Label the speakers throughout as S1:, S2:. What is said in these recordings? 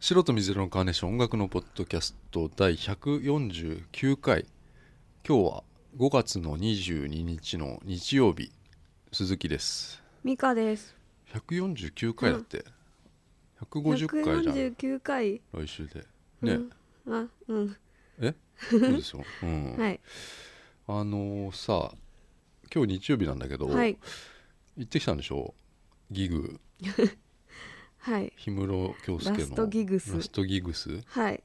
S1: 白と水色のカーネーション音楽のポッドキャスト第149回今日は5月の22日の日曜日鈴木です
S2: ミカです。
S1: 149回だって、150回じゃん
S2: 149回。
S1: 来週でね、
S2: うん。あ、うん。
S1: えそうでしょ、うん
S2: はい。
S1: あのーさ今日日曜日なんだけど、
S2: はい。
S1: 行ってきたんでしょギグ
S2: はい。
S1: 氷室京介の
S2: ラストギグス
S1: ラストギグス
S2: はい。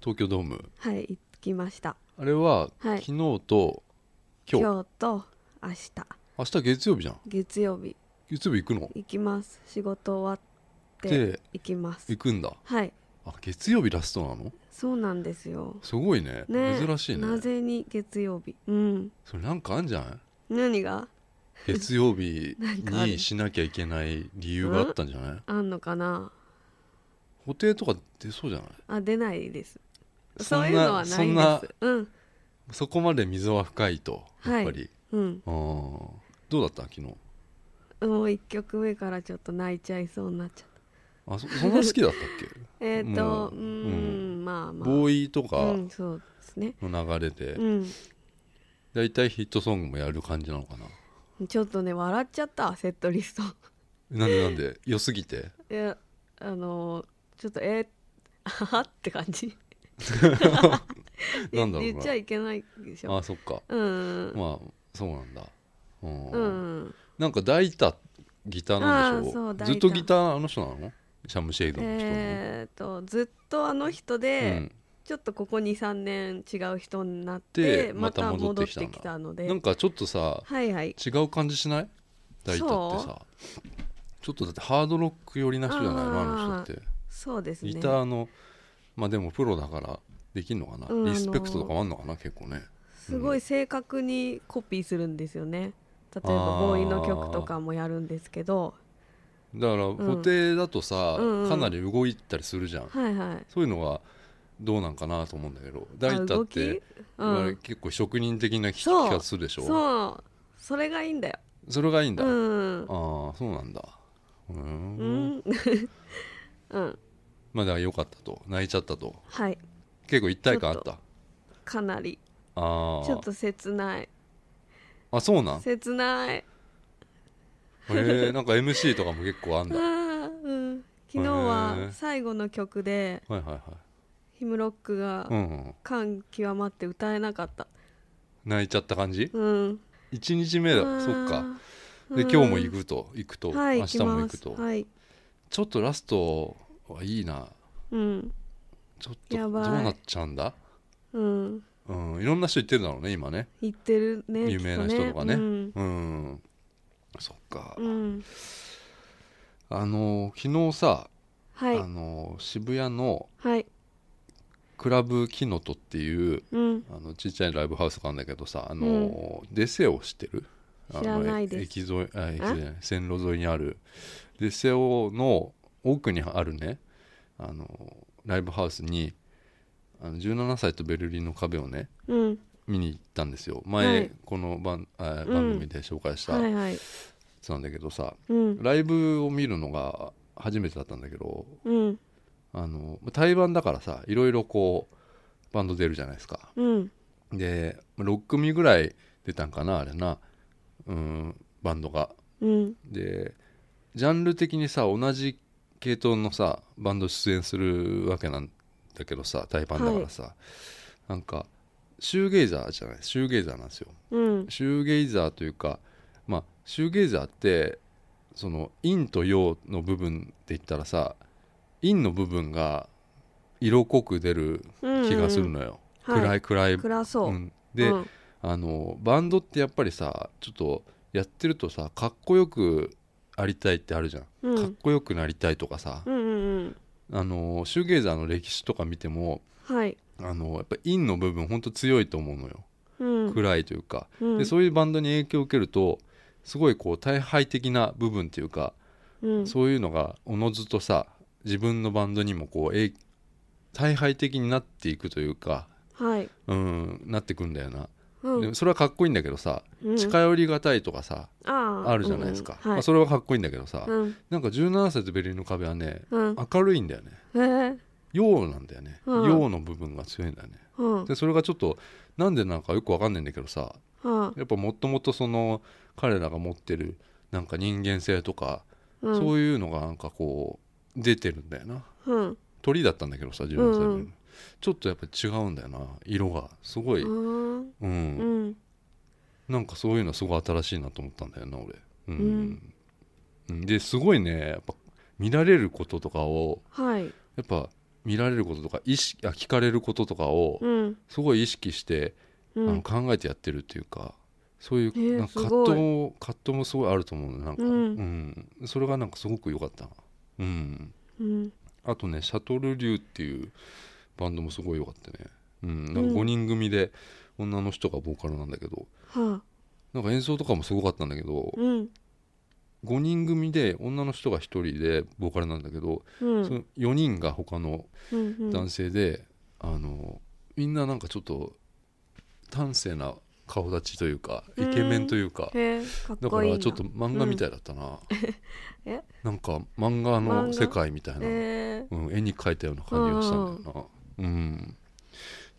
S1: 東京ドーム
S2: はい。行きました。
S1: あれは、
S2: はい
S1: 昨日と今日
S2: 今日と明日。
S1: 明日月曜日じゃん
S2: 月曜日。
S1: 月曜日行くの
S2: 行きます。仕事終わって
S1: で。
S2: 行きます
S1: 行。くんだ
S2: はい。
S1: あ月曜日ラストなの
S2: そうなんですよ。
S1: すごいね
S2: ね
S1: 珍しいね
S2: なぜに月曜日。うん。
S1: それなんかあんじゃない
S2: 何が
S1: 月曜日
S2: なんかあ
S1: に
S2: る
S1: しなきゃいけない理由があったんじゃない
S2: あんのかな
S1: 補定とか出そうじゃない
S2: あ、出ないです。
S1: そん
S2: そ
S1: な
S2: ういうのはないん
S1: そんな
S2: です。うん。
S1: そこまで溝は深いとやっぱり、
S2: うん。
S1: あーどうだった昨日
S2: もう一曲目からちょっと泣いちゃいそうになっちゃった。
S1: あそそんな好きだったっけ
S2: えっ、ー、と、
S1: も
S2: う
S1: う
S2: ーん、 まあまあ。
S1: ボーイとか
S2: うん、そうですね。
S1: の流れで、
S2: うん。
S1: だいたいヒットソングもやる感じなのかな
S2: ちょっとね、笑っちゃった、セットリスト。
S1: なんでなんで良すぎて
S2: いや、あのーちょっと、えー、 あはって感じ。
S1: なんだろうな
S2: 言っちゃいけないでしょ。
S1: あそっか
S2: うん。
S1: まあそうなんだうん、
S2: うん。
S1: なんか抱いたギターなんでし
S2: あーそ
S1: ょ
S2: う
S1: ずっとギターあの人なのシャムシェイドの人の、
S2: えっ、ー、と、ずっとあの人で、ちょっとここ2、3年違う人になっ
S1: で
S2: て、
S1: ま
S2: ま
S1: た
S2: た
S1: 戻っ
S2: 戻
S1: てきたんだ
S2: ってきたの
S1: う
S2: で。
S1: ん、なんかちょっとさ
S2: はいはい。
S1: 違う感じしない抱いたってさちょっとだってハードロック寄りな人じゃないのあ
S2: あー
S1: の人って
S2: そうですね。
S1: ギターのまあでもプロだからできんのかな、
S2: うん
S1: リスペクトとかもあんのかな結構ね
S2: すごい正確にコピーするんですよね。例えば、ボーイの曲とかもやるんですけど。
S1: だから固定だとさ、
S2: うんうん
S1: かなり動いたりするじゃん、
S2: はいはい。
S1: そういうのがどうなんかなと思うんだけど抱いたって、
S2: あ動き
S1: ま
S2: う
S1: あ
S2: ん、
S1: 結構職人的な聞き
S2: そう
S1: 方するでしょ
S2: そうそれがいいんだよ
S1: それがいいんだ、
S2: う
S1: あ
S2: ん
S1: あそうなんだうーん
S2: うんうん
S1: まあだから良かったと泣いちゃったと
S2: はい
S1: 結構一体感あった
S2: かなり
S1: あ
S2: ちょ
S1: ー
S2: っと切ない
S1: あそう なんへ
S2: 切ない
S1: えなんか MC とかも結構あん
S2: あ
S1: だはい
S2: ー、うん、昨日
S1: へー
S2: は最後の曲で
S1: はいはい
S2: ヒムロックが
S1: うんうん
S2: 感極まって歌えなかった
S1: 泣いちゃった感じ
S2: うん
S1: 1日目だそっかで
S2: うん
S1: 今日も行くと行くと
S2: はい
S1: 明日も行く
S2: き
S1: と
S2: ますはい
S1: ちょっとラストはいいな
S2: うん
S1: ちょっとど
S2: や
S1: う
S2: ばい
S1: なっちゃうんだ
S2: うん
S1: うんいろんな人言ってるだろうね今ね
S2: 言ってるね
S1: 有名な人とかね
S2: きっうん
S1: うんそっか
S2: うん
S1: あの昨日さ
S2: は
S1: あ
S2: い
S1: の渋谷の
S2: はい
S1: クラブキノトっていう
S2: うん
S1: あのちっちゃいライブハウスがあるんだけどさあの、デセオ知ってる
S2: 知らないです
S1: あの駅沿いあ駅じゃない線路沿いにあるデセオの奥にあるねあのライブハウスにあの17歳とベルリンの壁をね
S2: うん
S1: 見に行ったんですよ前、
S2: はい
S1: この番あ
S2: うん
S1: 番組で紹介した
S2: はい
S1: や
S2: はい
S1: つなんだけどさ、
S2: うん
S1: ライブを見るのが初めてだったんだけど
S2: うん
S1: あの対バンだからさいろいろこうバンド出るじゃないですか。
S2: うん
S1: で6組ぐらい出たんかなあれなうんバンドが
S2: うん
S1: でジャンル的にさ同じ系統のさバンド出演するわけなんだけどさ対バンだからさ、なんかシューゲイザーじゃないシューゲイザーなんですよ
S2: うん
S1: シューゲイザーというかまあシューゲイザーってその陰と陽の部分で言ったらさ陰の部分が色濃く出る気がするのよ、
S2: うんうんうん
S1: 暗
S2: はい
S1: 暗い
S2: 暗そう、
S1: うん、で、
S2: うん
S1: あのバンドってやっぱりさちょっとやってるとさかっこよくありたいってあるじゃん、
S2: うん
S1: かっこよくなりたいとかさ
S2: う、んうん
S1: あのシューゲイザーの歴史とか見ても
S2: うんはい、
S1: あのやっぱ陰の部分ほんと強いと思うのよ、
S2: うん、
S1: 暗いというか、
S2: うん
S1: でそういうバンドに影響を受けるとすごいこう大敗的な部分っていうか、
S2: うん
S1: そういうのがおのずとさ自分のバンドにもこうえい大敗的になっていくというか、
S2: はい、
S1: うん、なってくんだよな、
S2: うん
S1: でもそれはかっこいいんだけどさ、
S2: うん
S1: 近寄りがたいとかさ、
S2: あー
S1: あるじゃないですか、
S2: うん
S1: ま
S2: は
S1: あ、
S2: い、
S1: それはかっこいいんだけどさ、
S2: うん
S1: なんか17歳とベルリンの壁はね
S2: うん
S1: 明るいんだよね
S2: へえ
S1: 陽なんだよね、
S2: うん
S1: 陽の部分が強いんだよね
S2: うん
S1: でそれがちょっとなんでなんかよくわかんないんだけどさ
S2: うん
S1: やっぱもともとその彼らが持ってるなんか人間性とか、
S2: うん
S1: そういうのがなんかこう出てるんだよな
S2: うん
S1: 鳥だったんだけどさ14歳の時に、
S2: うんうん
S1: ちょっとやっぱ違うんだよな色がすごい、うん
S2: うんうん
S1: なんかそういうのすごい新しいなと思ったんだよな俺、うん
S2: ん
S1: うんですごいねやっぱ見られることとかを
S2: はい
S1: やっぱ見られることとか意識あ聞かれることとかを
S2: うん
S1: すごい意識して、
S2: う
S1: あの
S2: ん
S1: 考えてやってるっていうかそうい
S2: え
S1: う
S2: ー
S1: なんか
S2: す
S1: 葛
S2: ごい
S1: 藤も葛藤もすごいあると思うのなんか、
S2: うん
S1: うんそれがなんかすごく良かったな、うん、
S2: うん
S1: あとねシャトル流っていうバンドもすごい良かったね、うん、なんか
S2: うん
S1: 5人組で女の人がボーカルなんだけど
S2: はあ
S1: なんか演奏とかもすごかったんだけど
S2: うん
S1: 5人組で女の人が1人でボーカルなんだけど、
S2: うん
S1: その4人が他の
S2: うんうん
S1: 男性で、あのみんななんかちょっと端正な顔立ちというかイケメンというか、
S2: へえかっ
S1: だか
S2: こいい
S1: ら
S2: な
S1: ちょっと漫画みたいだったな、
S2: え
S1: なんか漫画の世界みたいな、
S2: え
S1: うん、絵に描いたような感じがしたんだよなうん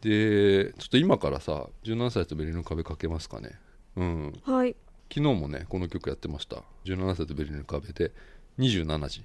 S1: でちょっと今からさ「17歳とベリルの壁」かけますかねうん
S2: ーはい
S1: 昨日もねこの曲やってました17歳とベルリンの壁で27時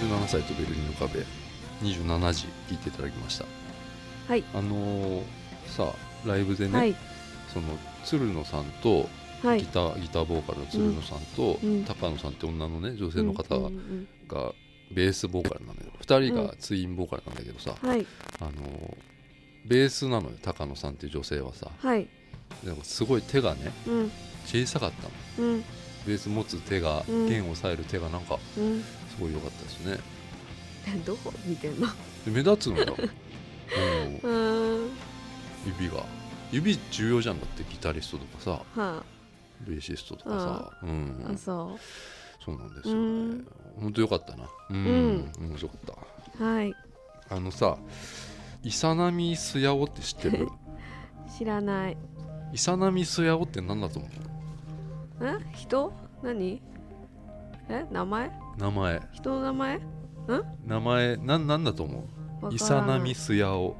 S1: 17歳とベルリンの壁27時聴いていただきました
S2: はい
S1: あのーさライブでね、
S2: はい
S1: その鶴野さんと
S2: は
S1: ギ
S2: い
S1: ター、ギターボーカルの鶴野さんと、
S2: うん
S1: 高野さんって女のね女性の方
S2: うんうん
S1: がベースボーカルなんだけど2人がツインボーカルなんだけどさ、
S2: うんはい
S1: あのーベースなのよ高野さんっていう女性はさ
S2: はい
S1: でもすごい手がね
S2: うん
S1: 小さかったの
S2: うん
S1: ベース持つ手が、
S2: うん
S1: 弦を押さえる手がなんか
S2: うん
S1: すごい良かったですね
S2: どこ見てんの
S1: で目立つのよ、うん
S2: うーん
S1: 指が指重要じゃんだってギタリストとかさ
S2: は
S1: ベーシストとかさ、うん
S2: ああそ
S1: そうなんですよね、
S2: うん
S1: 本当よかったなうん、面白かっ
S2: うはい
S1: たあのさイサナミスヤオって知って る
S2: 知らない
S1: イサナミスヤオって何だと思う
S2: え人何え名前
S1: 名前
S2: 人の名前
S1: 名前なんなんだと思うイサナミスヤオ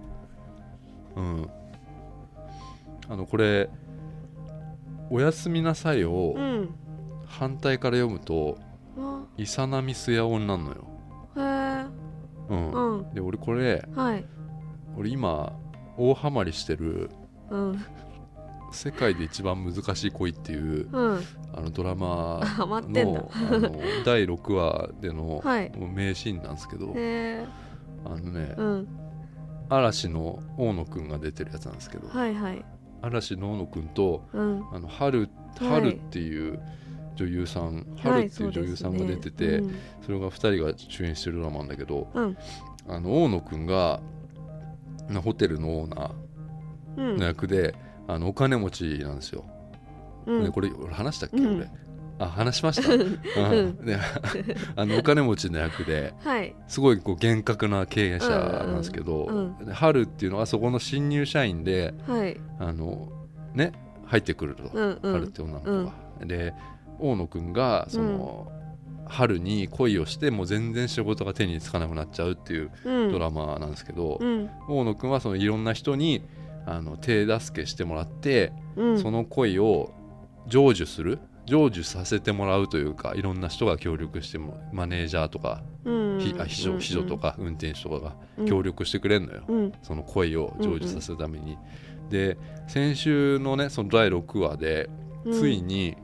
S1: うん、あのこれ「おやすみなさい」を
S2: うん
S1: 反対から読むと
S2: あ
S1: 「イサナミスヤオン」なのよ、
S2: へえ
S1: うん
S2: うん
S1: で俺これ
S2: はい
S1: 俺今大ハマりしてる
S2: うん
S1: 「世界で一番難しい恋」っていう
S2: うん
S1: あのドラマ
S2: ハマってんだ
S1: のあの第6話での
S2: はい
S1: もう名シーンなんですけど、
S2: へえ
S1: あのね、
S2: うん
S1: 嵐の大野くんが出てるやつなんですけど、
S2: はいはい
S1: 嵐の大野くんと
S2: うん
S1: あの春
S2: い
S1: 春っていう女優さん、
S2: は
S1: 春ってい
S2: そうで
S1: 女
S2: す
S1: 優さんが出てて、そ,、
S2: ね
S1: れが2人が主演してるドラマなんだけど
S2: うん
S1: あの大野くんがなホテルのオーナ
S2: うん
S1: ーの役で、あのお金持ちなんですよ。
S2: うん
S1: ね、これ俺話したっけ、
S2: うん
S1: 俺あ話しました、うんね、あのお金持ちの役で
S2: はい
S1: すごいこう厳格な経営者なんですけど、
S2: うんうん
S1: で春っていうのはそこの新入社員で
S2: はい
S1: あのね入ってくると、
S2: うんう
S1: 春っ
S2: ん
S1: て女の子が。で大野くんがその、春に恋をしてもう全然仕事が手につかなくなっちゃうっていう
S2: うん
S1: ドラマなんですけど、
S2: うん
S1: 大野くんはそのいろんな人にあの手助けしてもらって、
S2: うん
S1: その恋を成就する成就させてもらうというかいろんな人が協力してもマネージャーとか、
S2: うん
S1: ひあ秘書秘書とか運転手とかが協力してくれるのよ、
S2: うん
S1: その恋を成就させるために。で先週のねその第6話で
S2: うん
S1: ついに、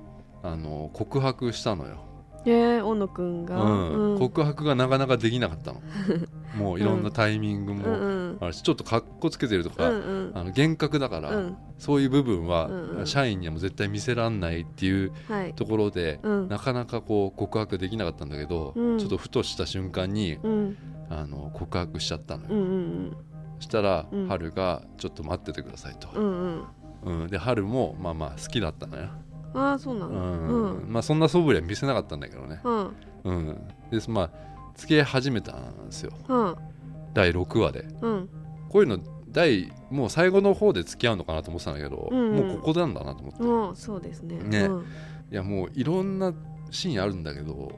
S1: あの告白したのよ、
S2: ええ小野くん
S1: う
S2: が
S1: ん
S2: うん
S1: 告白がなかなかできなか ったのもういろんなタイミング
S2: うんう
S1: も
S2: ん
S1: あるしちょっとかっこつけてると
S2: う
S1: か、
S2: んうん
S1: あの厳格だから、
S2: うん
S1: そういう部分は、
S2: うんうん
S1: 社員にはもう絶対見せらんないっていう
S2: はい
S1: ところで、
S2: うん
S1: なかなかこう告白できなかったんだけど、
S2: うん
S1: ちょっとふとした瞬間に
S2: うん
S1: あの告白しちゃったの
S2: う
S1: よ、
S2: んうん
S1: そしたら、
S2: うん
S1: 春が「ちょっと待っててくださいと」
S2: うんうん
S1: うんで春もまあまあ好きだったのよ、
S2: ああそうな
S1: う
S2: の
S1: ん
S2: うん
S1: まあそんな素振りは見せなかったんだけどね、
S2: うん
S1: うん、でまあ付き合い始めたんですよ
S2: うん
S1: 第6話で
S2: うん
S1: こういうの第もう最後の方で付き合うのかなと思ってたんだけど、
S2: うんうん
S1: もうここなんだなと思って、い
S2: うんそうですね
S1: ね
S2: うん
S1: やもういろんなシーンあるんだけど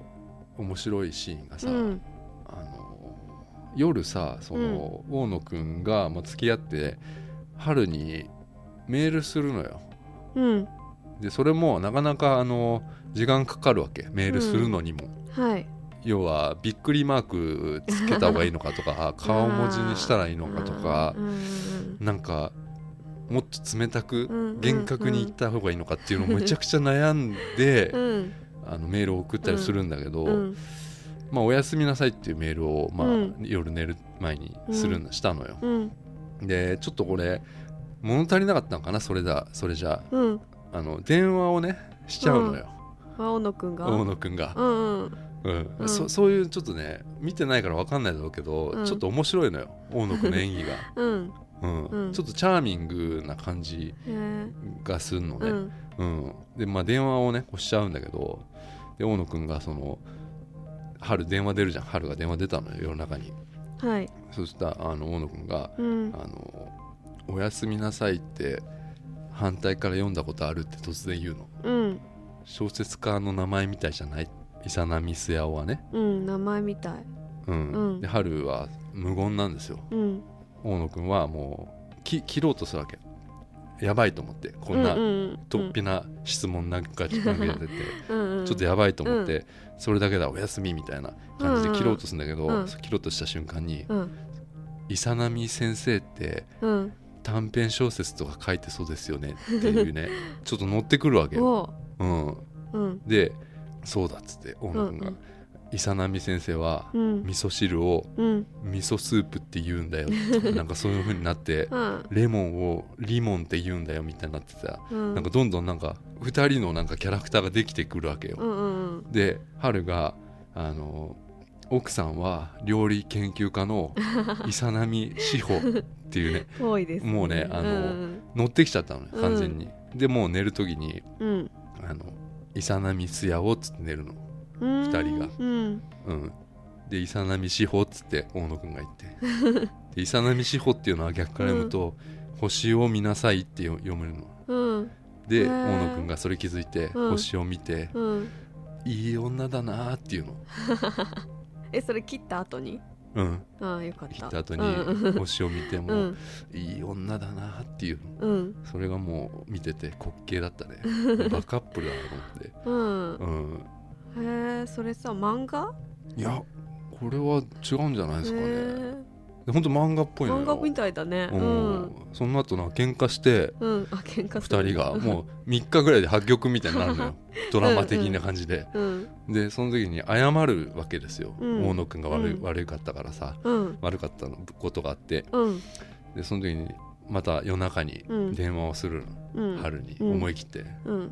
S1: 面白いシーンがさ、
S2: うん
S1: あの夜さその、大野くんが、まあ、付き合って春にメールするのよ
S2: うん
S1: でそれもなかなかあの時間かかるわけメールするのにも、
S2: はい
S1: 要はびっくりマークつけた方がいいのかとか顔文字にしたらいいのかとか
S2: うんうん
S1: なんかもっと冷た
S2: う
S1: く
S2: んうん
S1: 厳格に言った方がいいのかっていうのを めちゃくちゃ悩んで
S2: うん
S1: あのメールを送ったりするんだけど「
S2: うん
S1: まあ、おやすみなさい」っていうメールを、まあ
S2: うん
S1: 夜寝る前にするんだしたのよ。
S2: うん
S1: でちょっとこれ物足りなかったのかなそれだそれじゃ
S2: うん
S1: ああの電話をねしちゃうのよ、
S2: あ小野くんが
S1: 大野くんが
S2: う。んうん
S1: うん
S2: うん
S1: そそういうちょっとね見てないから分かんないだろうけど、
S2: うん
S1: ちょっと面白いのよ大野くんの演技が、
S2: うん
S1: うん
S2: うん
S1: ちょっとチャーミングな感じ
S2: へえ
S1: がするの
S2: う
S1: ね、
S2: ん
S1: うんでまあ電話をねこうしちゃうんだけどで大野くんがその春電話出るじゃん春が電話出たのよ世の中に
S2: はい
S1: そしたらあの大野くんが
S2: うん
S1: 「あのおやすみなさい」って反対から読んだことあるって突然言うの
S2: うん
S1: 小説家の名前みたいじゃないイサナミスヤオはね
S2: うん名前みたい
S1: うん
S2: うん
S1: で春は無言なんですよ
S2: うん
S1: 大野くんはもうき切ろうとするわけやばいと思ってこんな
S2: うんうん
S1: 突飛な質問なんか投げられて、
S2: うんうん
S1: ちょっとやばいと思って、それだけだおやすみみたいな感じで切ろうとするんだけど、
S2: うんうん
S1: 切ろうとした瞬間に
S2: うん
S1: 「イサナミ先生って
S2: うん
S1: 短編小説とか書いてそうですよね」っていう ねちょっと乗ってくるわけよ。
S2: お
S1: うん、
S2: うん
S1: で「そうだ」っつって大野くんが
S2: うんうん
S1: 「イサナミ先生は
S2: うん
S1: 味噌汁を
S2: うん
S1: 味噌スープって言うんだよ」なんかそういう風にな って
S2: うん
S1: レモンをリモンって言うんだよみたいになってた
S2: うん
S1: なんかどんどんなんか2人のなんかキャラクターができてくるわけよ
S2: う。んうん
S1: で春があの奥さんは料理研究家 のイサナミ志保っていうね
S2: うん多いです
S1: もうねあの
S2: うん
S1: 乗ってきちゃったのね完全に。でもう寝る時に
S2: うん
S1: あのイサナミスヤをつって寝るの。
S2: うん
S1: 二人が
S2: うん
S1: うん、で「イサナミ志保」っつって大野くんが言って で「イサナミ志保」っていうのは逆から読むと「星を見なさい」ってよ読むの
S2: うん
S1: で
S2: へ
S1: 大
S2: ー
S1: 野くんがそれ気づいて、
S2: うん
S1: 星を見て
S2: うん
S1: 「いい女だな」っていうの
S2: えそれ切った後に
S1: うん、
S2: ああよかっ
S1: 行
S2: た
S1: った後
S2: うん
S1: に星を見て
S2: う
S1: も
S2: ん
S1: いい女だなっていう
S2: うん
S1: それがもう見てて滑稽だった ねバカップルだなと
S2: うん、
S1: 思って、
S2: へえそれさ漫画
S1: うん、いやこれは違うんじゃないですかね
S2: へ
S1: 本当漫画っ
S2: え
S1: ぽいのよ
S2: 漫画みたいだねう
S1: うんん、その後な喧嘩して
S2: うんあ喧嘩する
S1: 2人がもう3日ぐらいで破局みたいになる のよドラマ的な感じで
S2: うん
S1: でその時に謝るわけですよ、
S2: うん
S1: 大野くんが悪,、
S2: うん
S1: 悪かったからさ
S2: うん
S1: 悪かったのことがあって
S2: うん
S1: でその時にまた夜中に
S2: うん
S1: 電話をする
S2: うん
S1: の、春に
S2: うん
S1: 思い切って、
S2: うん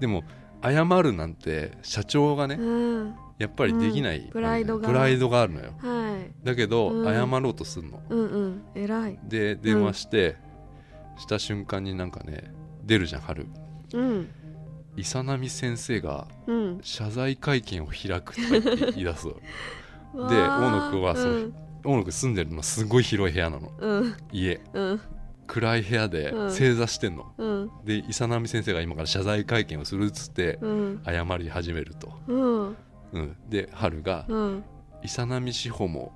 S1: でも謝るなんて社長がね、
S2: うん
S1: やっぱりできない、
S2: うんプライドが
S1: プライドがあるのよ
S2: はい
S1: だけど、
S2: うん
S1: 謝ろうとするの
S2: うんうん偉い
S1: で電話して、した瞬間になんかね出るじゃん春
S2: うん
S1: 伊佐波先生が
S2: うん
S1: 謝罪会見を開くとか言って言い出 すの
S2: わ
S1: で
S2: あ
S1: 大野くんはその
S2: うん
S1: 大野くん住んでるのすごい広い部屋なの
S2: うん
S1: 家
S2: うん
S1: 暗い部屋で
S2: うん
S1: 正座してんの、
S2: うん
S1: で伊佐波先生が今から謝罪会見をするっつって
S2: うん
S1: 謝り始めると、
S2: うん
S1: うん、で春が
S2: うん
S1: 「伊佐波志保も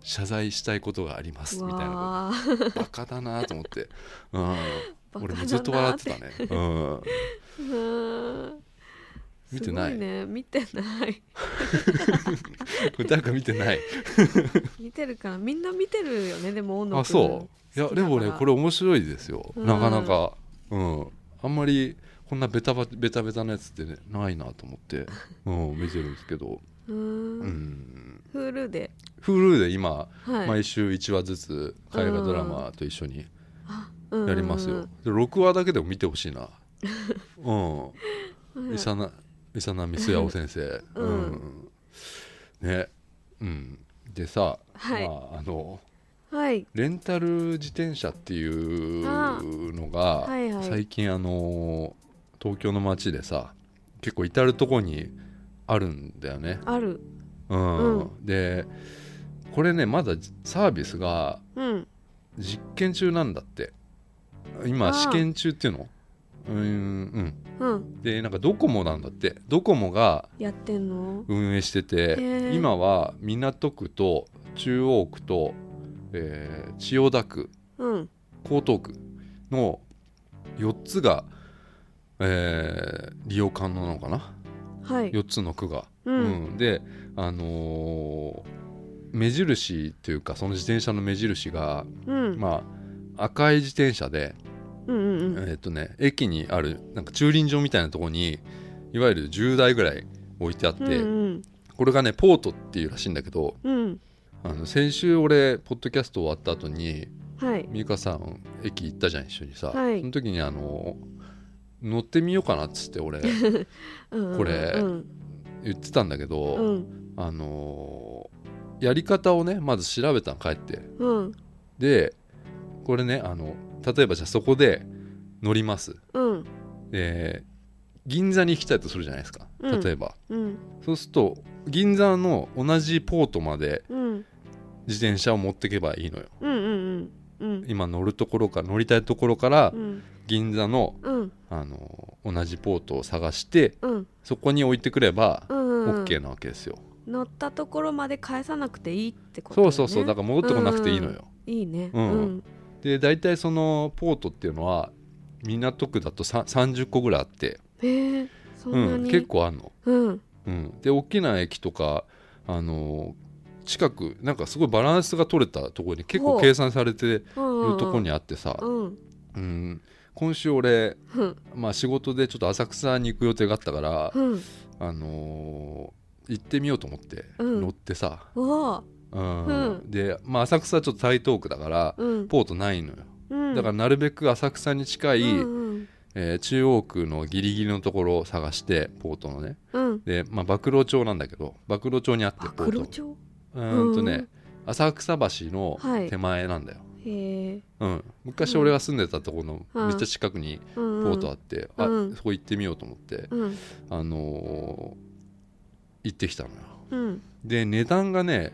S1: 謝罪したいことがあります」みたいな
S2: わあ
S1: ことバカだなと思って、うん、
S2: バカ
S1: 俺
S2: だな
S1: もずっと笑ってたね、うん、
S2: うん
S1: 見てない
S2: すごいね見てない
S1: こ れ誰か見てない
S2: 見てるからみんな見てるよねでも大野くん
S1: あそういや
S2: 好き
S1: で
S2: だから
S1: もねこれ面白いですよ、
S2: うん
S1: なかなかうんあんまりこんなベタバベタベタなやつって、ね、ないなと思 って、うん、見てるんですけど、う
S2: うーん
S1: ん、
S2: Hulu で
S1: Hulu で今、
S2: はい
S1: 毎週1話ずつ海外ドラマと一緒にやりますよ、で6話だけでも見てほしい なうん伊佐な伊佐波須弥先生
S2: うん
S1: うん、ねうんでさ、
S2: はい
S1: まああの
S2: はい
S1: レンタル自転車っていう
S2: あ
S1: のが、
S2: はいはい
S1: 最近あの東京の街でさ結構至る所にあるんだよね。
S2: ある
S1: うん
S2: う
S1: でこれねまだサービスが
S2: うん
S1: 実験中なんだって今
S2: あー
S1: 試験中っていうのうーん
S2: うん
S1: うんでなんかドコモなんだってドコモが
S2: やってんの
S1: 運営して
S2: へー
S1: て今は港区と中央区と、えー千代田区
S2: うん
S1: 江東区の4つが、えー利用可能なのかな
S2: はい
S1: 4つの区が。
S2: うん
S1: うんで、あのー目印というかその自転車の目印が、
S2: うん
S1: まあ、赤い自転車で、
S2: うんうんうん
S1: えっとね、駅にあるなんか駐輪場みたいなところにいわゆる10台ぐらい置いてあって、
S2: うん
S1: これがねポートっていうらしいんだけど
S2: うんうん
S1: あの先週俺ポッドキャスト終わった後に
S2: はい
S1: 美香さん駅行ったじゃん一緒にさ、
S2: はい
S1: その時にあの乗ってみようかなっつって 俺
S2: うんうん
S1: これ
S2: うん
S1: 言ってたんだけど、
S2: うん
S1: あのーやり方をねまず調べたの帰って
S2: うん
S1: でこれねあの例えばじゃあそこで乗ります
S2: うん
S1: で銀座に行きたいとするじゃないですか
S2: うん
S1: 例えば、
S2: うん
S1: そうすると銀座の同じポートまで
S2: うん
S1: 自転車を持ってけばいいのよ
S2: うんうんうん
S1: 今乗るところから乗りたいところから
S2: うん
S1: 銀座の、
S2: うん
S1: あのー同じポートを探して
S2: うん
S1: そこに置いてくれば
S2: うんうん
S1: OK なわけですよ、
S2: 乗ったところまで返さなくていいってこと
S1: そ
S2: よ
S1: う
S2: ね
S1: そうそうだから戻ってこなくていいのよ、
S2: いいね
S1: うん
S2: うん
S1: で大体そのポートっていうのは港区だとさ30個ぐらいあって、
S2: へえそ
S1: うん、
S2: なんに
S1: 結構あんの、
S2: うん
S1: うん、で大きな駅とか、あのー近くなんかすごいバランスが取れたところに結
S2: ほ
S1: 構
S2: う
S1: 計算されてる
S2: うんうん
S1: ところにあってさ、
S2: うん
S1: うん、今週俺、
S2: うん
S1: まあ、仕事でちょっと浅草に行く予定があったから、
S2: うん
S1: あのー行ってみようと思って
S2: うん
S1: 乗ってさ、
S2: おお
S1: うん
S2: う
S1: で、まあ、浅草はちょっと台東区だから
S2: うん
S1: ポートないのよ
S2: うん
S1: だからなるべく浅草に近い、
S2: うん
S1: えー中央区のギリギリのところを探してポートのね
S2: うんうん
S1: で、まあ、曝露町なんだけど曝露町にあってポ
S2: 暴露
S1: ート
S2: 町
S1: うーんと
S2: う
S1: ね
S2: ん
S1: 浅草橋の
S2: はい
S1: 手前なんだよ、
S2: へえ
S1: うん、昔俺が住んでたところ
S2: う
S1: の
S2: ん
S1: めっちゃ近くにポ
S2: ポ
S1: ートあって、
S2: うん
S1: あそこ行ってみようと思って、
S2: うん
S1: あのー行ってきたのよ
S2: うん
S1: で値段がね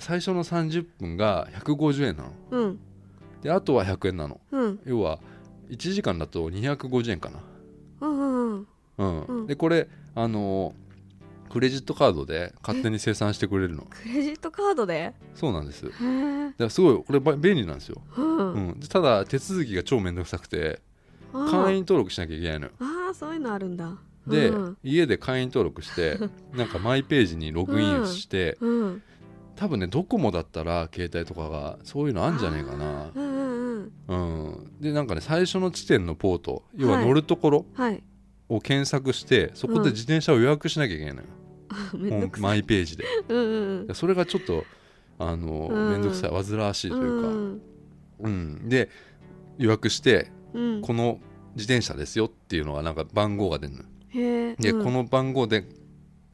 S1: 最初の30分が150円なの
S2: うん
S1: であとは100円なの
S2: うん
S1: 要は1時間だと250円かな
S2: うんうん
S1: うん
S2: うん
S1: でこれあのークレジットカードで勝手に生産してくれるの
S2: クレジットカードで
S1: そうなんですだか
S2: へえ
S1: らすごいこれば便利なんですよ、
S2: うん、
S1: うん、でただ手続きが超めんどくさくて
S2: あー
S1: 会員登録しなきゃいけないのよ
S2: あーそういうのあるんだ
S1: で、
S2: うん
S1: 家で会員登録して なんかマイページにログインして、
S2: うん
S1: 多分ねドコモだったら携帯とかがそういうのあんじゃねえかな
S2: うんうんう
S1: う
S2: ん
S1: ん、でなんかね最初の地点のポート要は
S2: はい
S1: 乗るところ
S2: はい
S1: を検索して、そこで自転車を予約しなきゃいけないのよ、
S2: あ めん
S1: ほ
S2: ど
S1: ん
S2: くさい
S1: マイページで
S2: うんうん
S1: でそれがちょっとあの、
S2: うん
S1: めんどくさい煩わしいというか、
S2: う
S1: うん
S2: ん
S1: で予約して
S2: うん
S1: この自転車ですよっていうのがなんか番号が出るのよ
S2: へえ
S1: で、
S2: うん
S1: この番号で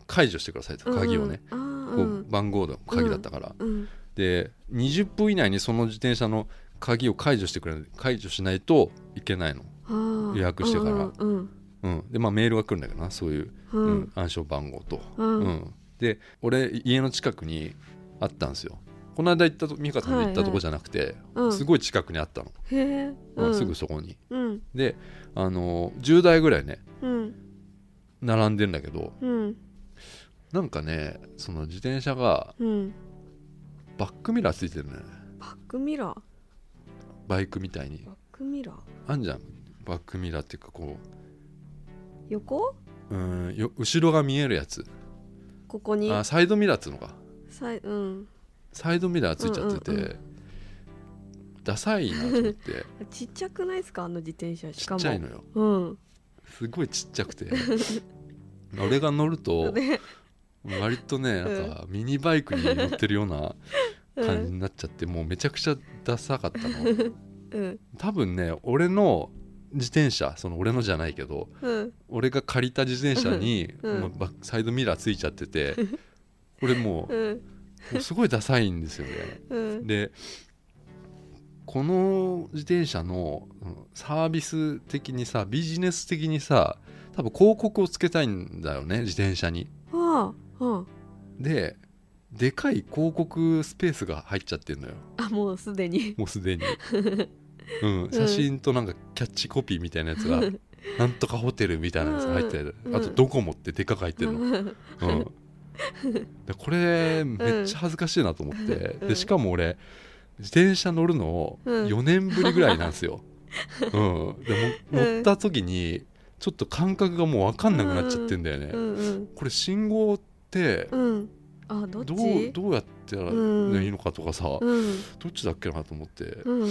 S1: 解除してくださいと鍵をね、、
S2: うんうんあー
S1: こう番号の鍵だったから、
S2: うんうん
S1: で20分以内にその自転車の鍵を解除してくれない解除しないといけないの、
S2: あー
S1: 予約してから
S2: うん
S1: うん、でまあメールが来るんだけどなそういう、
S2: う
S1: うん
S2: ん
S1: 暗証番号と、
S2: うん
S1: う
S2: うんん
S1: で俺家の近くにあったんですよこの間行ったと美香さんの行ったとこじゃなくて、
S2: うん
S1: すごい近くにあったの、
S2: へえ
S1: まあ
S2: うん
S1: すぐそこに
S2: うん
S1: であの10台ぐらいね
S2: うん
S1: 並んでんだけど
S2: うん
S1: なんかねその自転車が
S2: うん
S1: バックミラーついてるね
S2: バックミラー
S1: バイクみたいに
S2: バックミラー
S1: あんじゃんバックミラーっていうかこ
S2: 横
S1: ううんよ後ろが見えるやつ
S2: ここに
S1: あサイドミラーっつうのか
S2: さいうん
S1: サイドミラーついちゃってて、
S2: うんうんう
S1: ダサいなと思って
S2: ちっちゃくないですかあの自転 車し
S1: ち
S2: か
S1: っ
S2: も
S1: ちゃいのよ
S2: うん
S1: すごいちっちゃくて俺が乗ると
S2: ね
S1: 割とねなんかミニバイクに乗ってるような
S2: う
S1: 感じ
S2: ん
S1: になっちゃってもうめちゃくちゃダサかったの
S2: うん
S1: 多分ね俺の自転車その俺のじゃないけど
S2: うん
S1: 俺が借りた自転車に、
S2: うん
S1: もうバサイドミラーついちゃって て俺も
S2: うん
S1: うもうすごいダサいんですよね
S2: うん
S1: でこの自転車のうんサービス的にさビジネス的にさ多分広告をつけたいんだよね自転車に
S2: あああ
S1: ででかい広告スペースが入っちゃってるのよ
S2: ああもうすでに
S1: もうす でに、うん、写真となんかキャッチコピーみたいなや つが
S2: う
S1: なんとかホテルみたいなやつ入ってる、
S2: うん
S1: あとドコモってでっかく入ってるの、う
S2: ん
S1: ん、でこれめっちゃ恥ずかしいなと思って、
S2: うん
S1: でしかも俺自転車乗るの
S2: うん
S1: 4年ぶりぐらいなんです よ、うん、でも
S2: うん
S1: 乗った時にちょっと感覚がもう分かんなくなっちゃってんだよね、
S2: うんうん
S1: これ信号って
S2: うんあどっ
S1: どう
S2: ち
S1: どうやってやら
S2: うん
S1: いいのかとかさ、
S2: うん
S1: どっちだっけなと思って、
S2: うん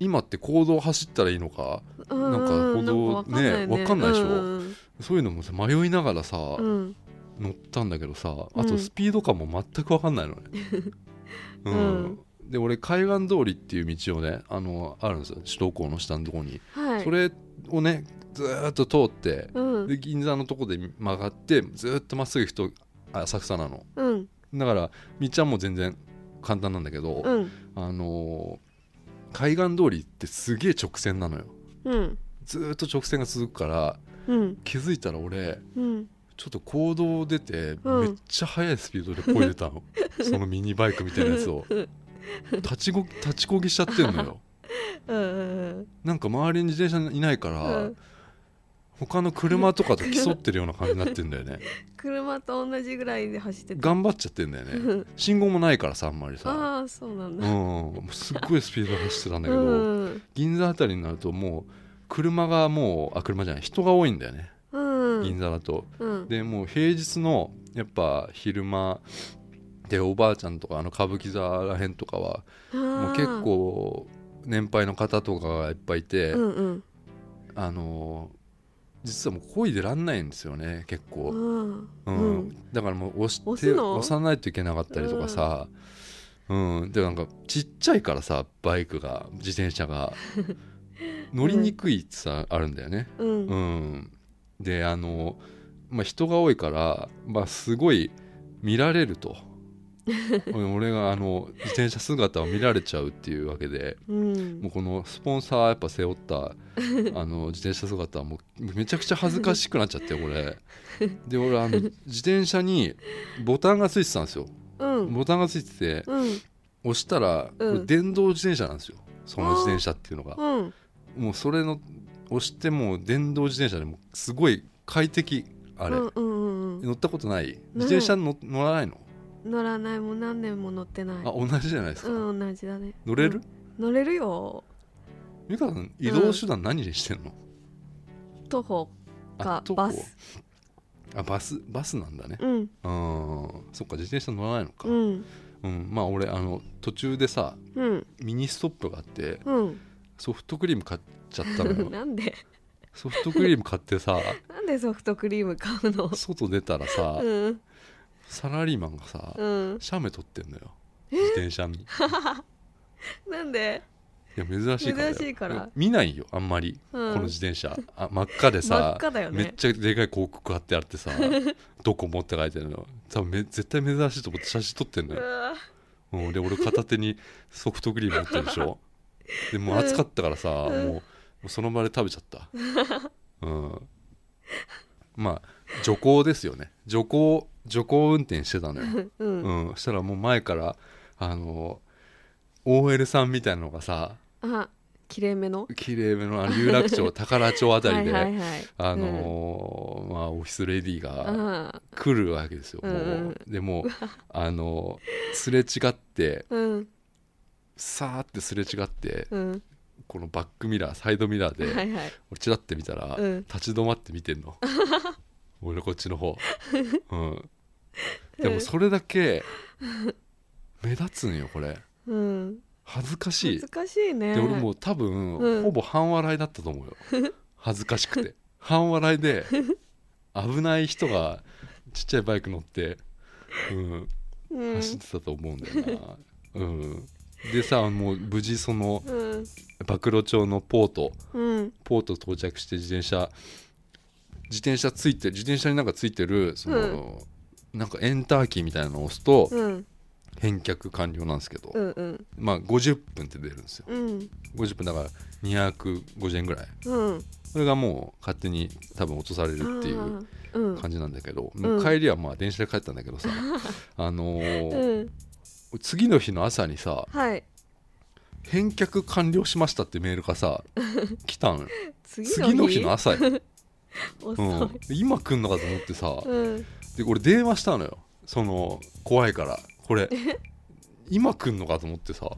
S1: 今って公道走ったらいいのか
S2: なん
S1: か歩道
S2: わかんないね
S1: ねわかんないでしょ
S2: うん
S1: そういうのもさ迷いながらさ、
S2: うん
S1: 乗ったんだけどさ
S2: うん
S1: あとスピード感も全く分かんない のね、う
S2: うん
S1: んで俺海岸通りっていう道をねあのあるんですよ首都高の下のとこに、
S2: はい
S1: それをねずーっと通って、
S2: うん
S1: で銀座のとこで曲がってずーっとまっすぐ行くとあ浅草なの
S2: うん
S1: だから道はもう全然簡単なんだけど、
S2: うん
S1: あのー海岸通りってすげえ直線なのよ
S2: うん
S1: ずーっと直線が続くから
S2: うん
S1: 気づいたら俺
S2: うん
S1: ちょっと行動出て
S2: うん
S1: めっちゃ速いスピードでこいでた の、そのミニバイクみたいなやつを立ちご立ちこぎしちゃってんのよ
S2: うん
S1: なんか周りに自転車いないから、
S2: うん
S1: 他の車とかと競ってるような感じになってんだよ ね
S2: 車と同じぐらいで走ってた
S1: 頑張っちゃってんだよね
S2: うん
S1: 信号もないからさあんまりさ
S2: ああそうなん
S1: うん
S2: だ
S1: もうすっごいスピードで走ってたんだけ
S2: う
S1: ど、
S2: ん
S1: 銀座あたりになるともう車がもうあ車じゃない人が多いんだよね、
S2: うん
S1: 銀座だと
S2: うん
S1: でもう平日のやっぱ昼間でおばあちゃんとかあの歌舞伎座らへんとかはもう結構年配の方とかがいっぱいいて、
S2: あーうん
S1: あのー実はもう漕いでらんないんですよね結
S2: う
S1: 構、う
S2: んうんんうん
S1: だからもう押して
S2: 押すの
S1: 押さないといけなかったりとかさ、うんでなんかちっちゃいからさバイクが自転車 が乗りにくいってさあるんだよね、
S2: うん
S1: う
S2: うん
S1: ん、であの、まあ、人が多いから、まあ、すごい見られると 俺俺があの自転車姿を見られちゃうっていうわけで
S2: うん
S1: もうこのスポンサーやっぱ背負った あの自転車姿はもうめちゃくちゃ恥ずかしくなっちゃってこれで俺あの自転車にボタンがついてたんですよ
S2: うん
S1: ボタンがついてて
S2: うん
S1: 押したら、
S2: うん
S1: これ電動自転車なんですよその自転車っていうのが
S2: うん
S1: もうそれの押してもう電動自転車でもすごい快適あれ、
S2: うんうんうんうん
S1: 乗ったことない自転車乗乗らないの
S2: 乗らないもう何年も乗ってない
S1: あ同じじゃないですか、
S2: うん同じだね
S1: 乗れる
S2: うん乗れるよ
S1: 美香さん移動手段何にしてんの、
S2: 徒歩
S1: あ
S2: か
S1: 徒歩
S2: バス
S1: あバスバスなんだね
S2: うん
S1: あーそっか自転車乗らないのか、
S2: う
S1: うん
S2: ん
S1: まあ俺あの途中でさ
S2: うん
S1: ミニストップがあって
S2: うん
S1: ソフトクリーム買っちゃったのよ
S2: なんで
S1: ソフトクリーム買ってさ
S2: なんでソフトクリーム買うの
S1: 外出たらさ、
S2: うん
S1: サラリーマンがさ、
S2: うん
S1: 写メ撮ってんのよ自転車にい
S2: なんで
S1: や珍しいからだよ
S2: 珍しいから
S1: いや見ないよあんまり、
S2: うん
S1: この自転車あ真っ赤で
S2: 真っ
S1: さ
S2: 赤だよ
S1: めっ
S2: ね
S1: ちゃでかい広告貼ってあって さ「どこも」って書いてあるの多分め絶対珍しいと思って写真撮ってんの
S2: う
S1: よ、
S2: わ
S1: うん、で俺片手にソフトクリーム持ってるでし ょでもう暑かったからさ、
S2: うん
S1: もうもうその場で食べちゃった、うん、まあ徐行ですよね徐行徐行運転してたのよ
S2: うん
S1: うん、そしたらもう前からあの OL さんみたいなのがさ
S2: あ切れ目の
S1: 綺麗めのあの有楽町宝町あたりで
S2: はいはいはい、
S1: あのーまあオフィスレディー
S2: う
S1: が
S2: ん
S1: 来るわけですよ、
S2: うん
S1: も
S2: うん
S1: うでもうあのーすれ違って
S2: うん
S1: さーってすれ違って
S2: うん
S1: このバックミラーサイドミラー
S2: は
S1: で
S2: いはい
S1: 俺チラッて見たら、
S2: うん
S1: 立ち止まって見てんの 俺のこっちの方、うん、でもそれだけ目立つんよこれ
S2: うん
S1: 恥ずかしい
S2: 恥ずかしいね
S1: で俺もう多分、
S2: うん
S1: ほぼ半笑いだったと思うよ恥ずかしく て半笑いで危ない人がちっちゃいバイク乗って、うん、
S2: うん
S1: 走ってたと思うんだよな、うんでさもう無事その
S2: うん
S1: 曝露町のポート
S2: うん
S1: ポート到着して自転車自転車ついてる自転車になんかついてるその、なんかエンターキーみたいなのを押すと
S2: うん
S1: 返却完了なんですけど、
S2: うんうん
S1: まあ50分って出るんですよ
S2: うん
S1: 50分だから250円ぐらい
S2: うん
S1: それがもう勝手に多分落とされるっていう
S2: あーうん
S1: 感じなんだけど、
S2: ん
S1: もう帰りはまあ電車で帰ったんだけどさ、あのー
S2: うん
S1: 次の日の朝にさ
S2: はい
S1: 「返却完了しました」ってメールがさ来たのよ
S2: 次
S1: 次の日の朝よ、う
S2: 遅
S1: ん
S2: い、
S1: 今来んのかと思ってさ
S2: うん
S1: で俺電話したのよその怖いからこ れ今来んのかと思ってさ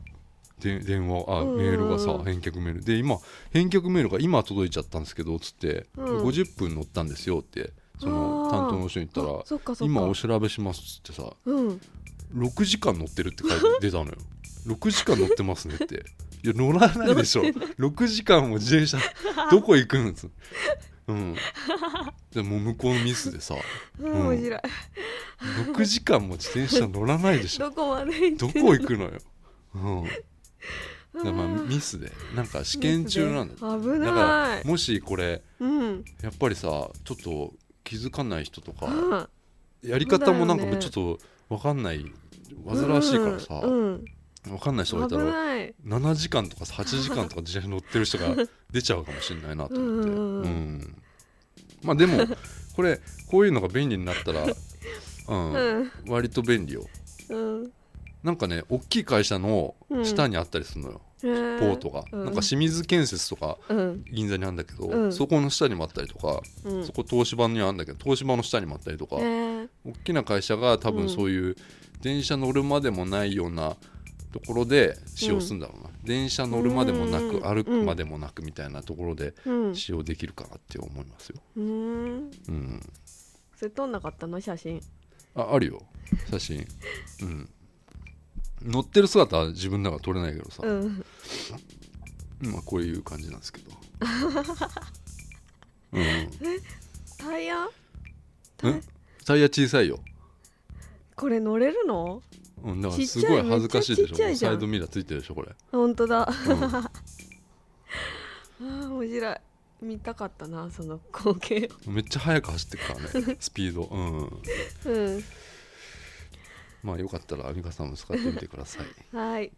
S1: で電話あ
S2: うん
S1: メールがさ返却メールで今返却メールが今届いちゃったんですけどつって、
S2: うん
S1: 50分乗ったんですよってその
S2: あー
S1: 担当の人に言ったら
S2: あそっかそっか
S1: 今お調べしますっつってさ
S2: うん
S1: 6時間乗ってるって書いて出たのよ6時間乗ってますねっていや乗らないでしょ6時間も自転車どこ行くんですうんでもう向こうのミスでさ
S2: うん面白い
S1: 6時間も自転車乗らないで しょ
S2: どこまで行っ
S1: ど
S2: てんの
S1: こ行くのよ、うん、だからまあ
S2: うん
S1: ミスでなんか試験中なんだ
S2: ミスで危
S1: だか
S2: ない
S1: らもしこれ
S2: うん
S1: やっぱりさちょっと気づかない人とか
S2: うん
S1: やり方もなんか
S2: そうだよね
S1: ちょっと分かんない煩わしいからさ、
S2: うん
S1: 分かんない人がい
S2: 危
S1: たら
S2: ない
S1: 7時間とか8時間とか自転車乗ってる人が出ちゃうかもしれないなと思って
S2: うんうんうん
S1: うんまあでもこれこういうのが便利になったら、うん
S2: うん
S1: 割と便利よ
S2: うん
S1: なんかね大きい会社の下にあったりするのよ、ポ
S2: ポ
S1: ートが、
S2: うん
S1: なんか清水建設とか
S2: うん
S1: 銀座にあるんだけど、
S2: うん
S1: そこの下にもあったりとか、
S2: うん
S1: そこ東芝にあるんだけど東芝の下にもあったりとか、
S2: へー
S1: 大きな会社が多分そういう電車乗るまでもないようなところで使用するんだろうな、電車乗るまでもなく、
S2: うん
S1: 歩くまでもなくみたいなところで
S2: うん
S1: 使用できるかなって思いますよ、
S2: うん
S1: うん、
S2: それ撮んなかったの写真
S1: ああるよ写真、うん、乗ってる姿は自分の中で撮れないけどさ、
S2: うん
S1: まあこういう感じなんですけどうん
S2: タイヤ
S1: んタイヤ小さいよ、
S2: これ乗れるの
S1: うん、だからすごい恥ずかしいでし
S2: ちっちゃい
S1: ょ
S2: めっちゃちっちゃいじゃん
S1: サイドミラーついてるでしょこれ、
S2: 本当だ
S1: うん
S2: あー面白い見たかったなその光景
S1: めっちゃ速く走ってるからねスピードうん
S2: をうん
S1: まあよかったらアミカさんも使ってみてください
S2: はい。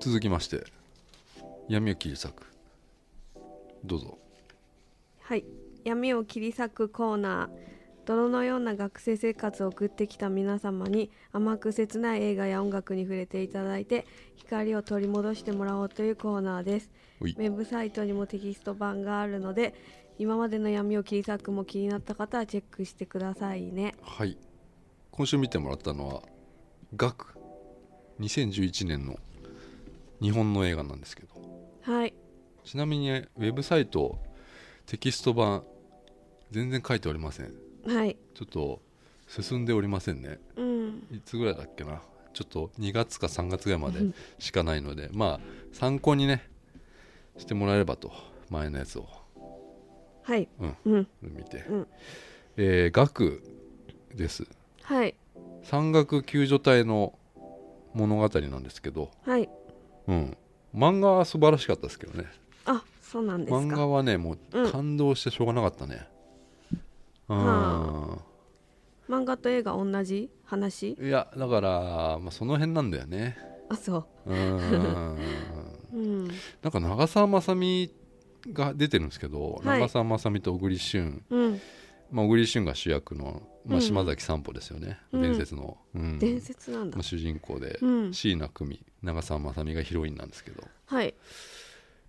S1: 続きまして闇を切り裂くどうぞ
S2: はい。闇を切り裂くコーナー。泥のような学生生活を送ってきた皆様に甘く切ない映画や音楽に触れていただいて光を取り戻してもらおうというコーナーです
S1: うい
S2: ウェブサイトにもテキスト版があるので今までの闇を切り裂くも気になった方はチェックしてくださいね
S1: はい今週見てもらったのは「学」2011年の日本の映画なんですけど
S2: はい
S1: ちなみにウェブサイトテキスト版全然書いておりません
S2: はい
S1: ちょっと進んでおりませんね
S2: うん
S1: いつぐらいだっけなちょっと2月か3月ぐらいまでしかないのでまあ参考にねしてもらえればと前のやつを
S2: はい
S1: うん
S2: うん
S1: 見て、
S2: うん
S1: えー学です
S2: はい
S1: 山岳救助隊の物語なんですけど、
S2: はい
S1: うん、漫画は素晴らしかったですけどね
S2: あそうなんです
S1: 漫
S2: か
S1: 画はねも
S2: う
S1: うん感動してしょうがなかったね、うん
S2: は漫画と映画同じ話
S1: いやだから、まあ、その辺なんだよね
S2: あそ
S1: うん
S2: ううん
S1: なんか長澤まさみが出てるんですけど、
S2: はい
S1: 長澤まさみと小栗旬、
S2: うん
S1: まあ、小栗旬が主役の、ま
S2: う
S1: あ、
S2: ん
S1: 島崎散歩ですよね、
S2: うん
S1: 伝説の、うん
S2: 伝説なんだ
S1: まあ、主人公で、
S2: うん
S1: 椎名久美長澤まさみがヒロインなんですけど
S2: はい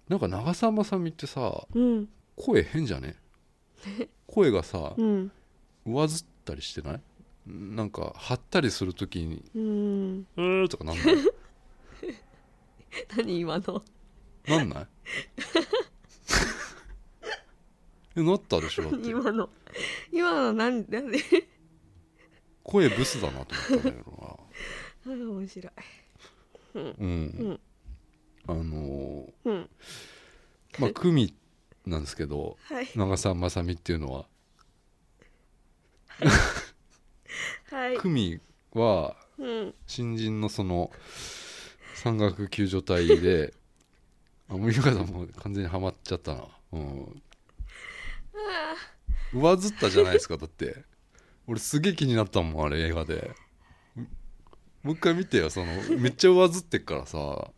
S1: なんか長澤まさみってさ
S2: うん
S1: 声変じゃ ね声がさ
S2: うん
S1: 上ずったりしてないなんか張ったりするときに
S2: うん
S1: 「うー」とかなんない
S2: 何今の
S1: なん ないえなったでしょだって
S2: 今の今のなんで
S1: 声ブスだなと思ったんだけど
S2: あ面白い
S1: なうん、
S2: ん
S1: あのー
S2: うん
S1: まあ久美なんですけど
S2: はい
S1: 長澤まさみっていうのは
S2: はい
S1: 久美は
S2: うん
S1: 新人のその山岳救助隊 であもうゆかさんもう完全にはまっちゃったなうん上ずったじゃないですかだって俺すげえ気になったもんあれ映画でうもう一回見てよそのめっちゃ上ずってっからさ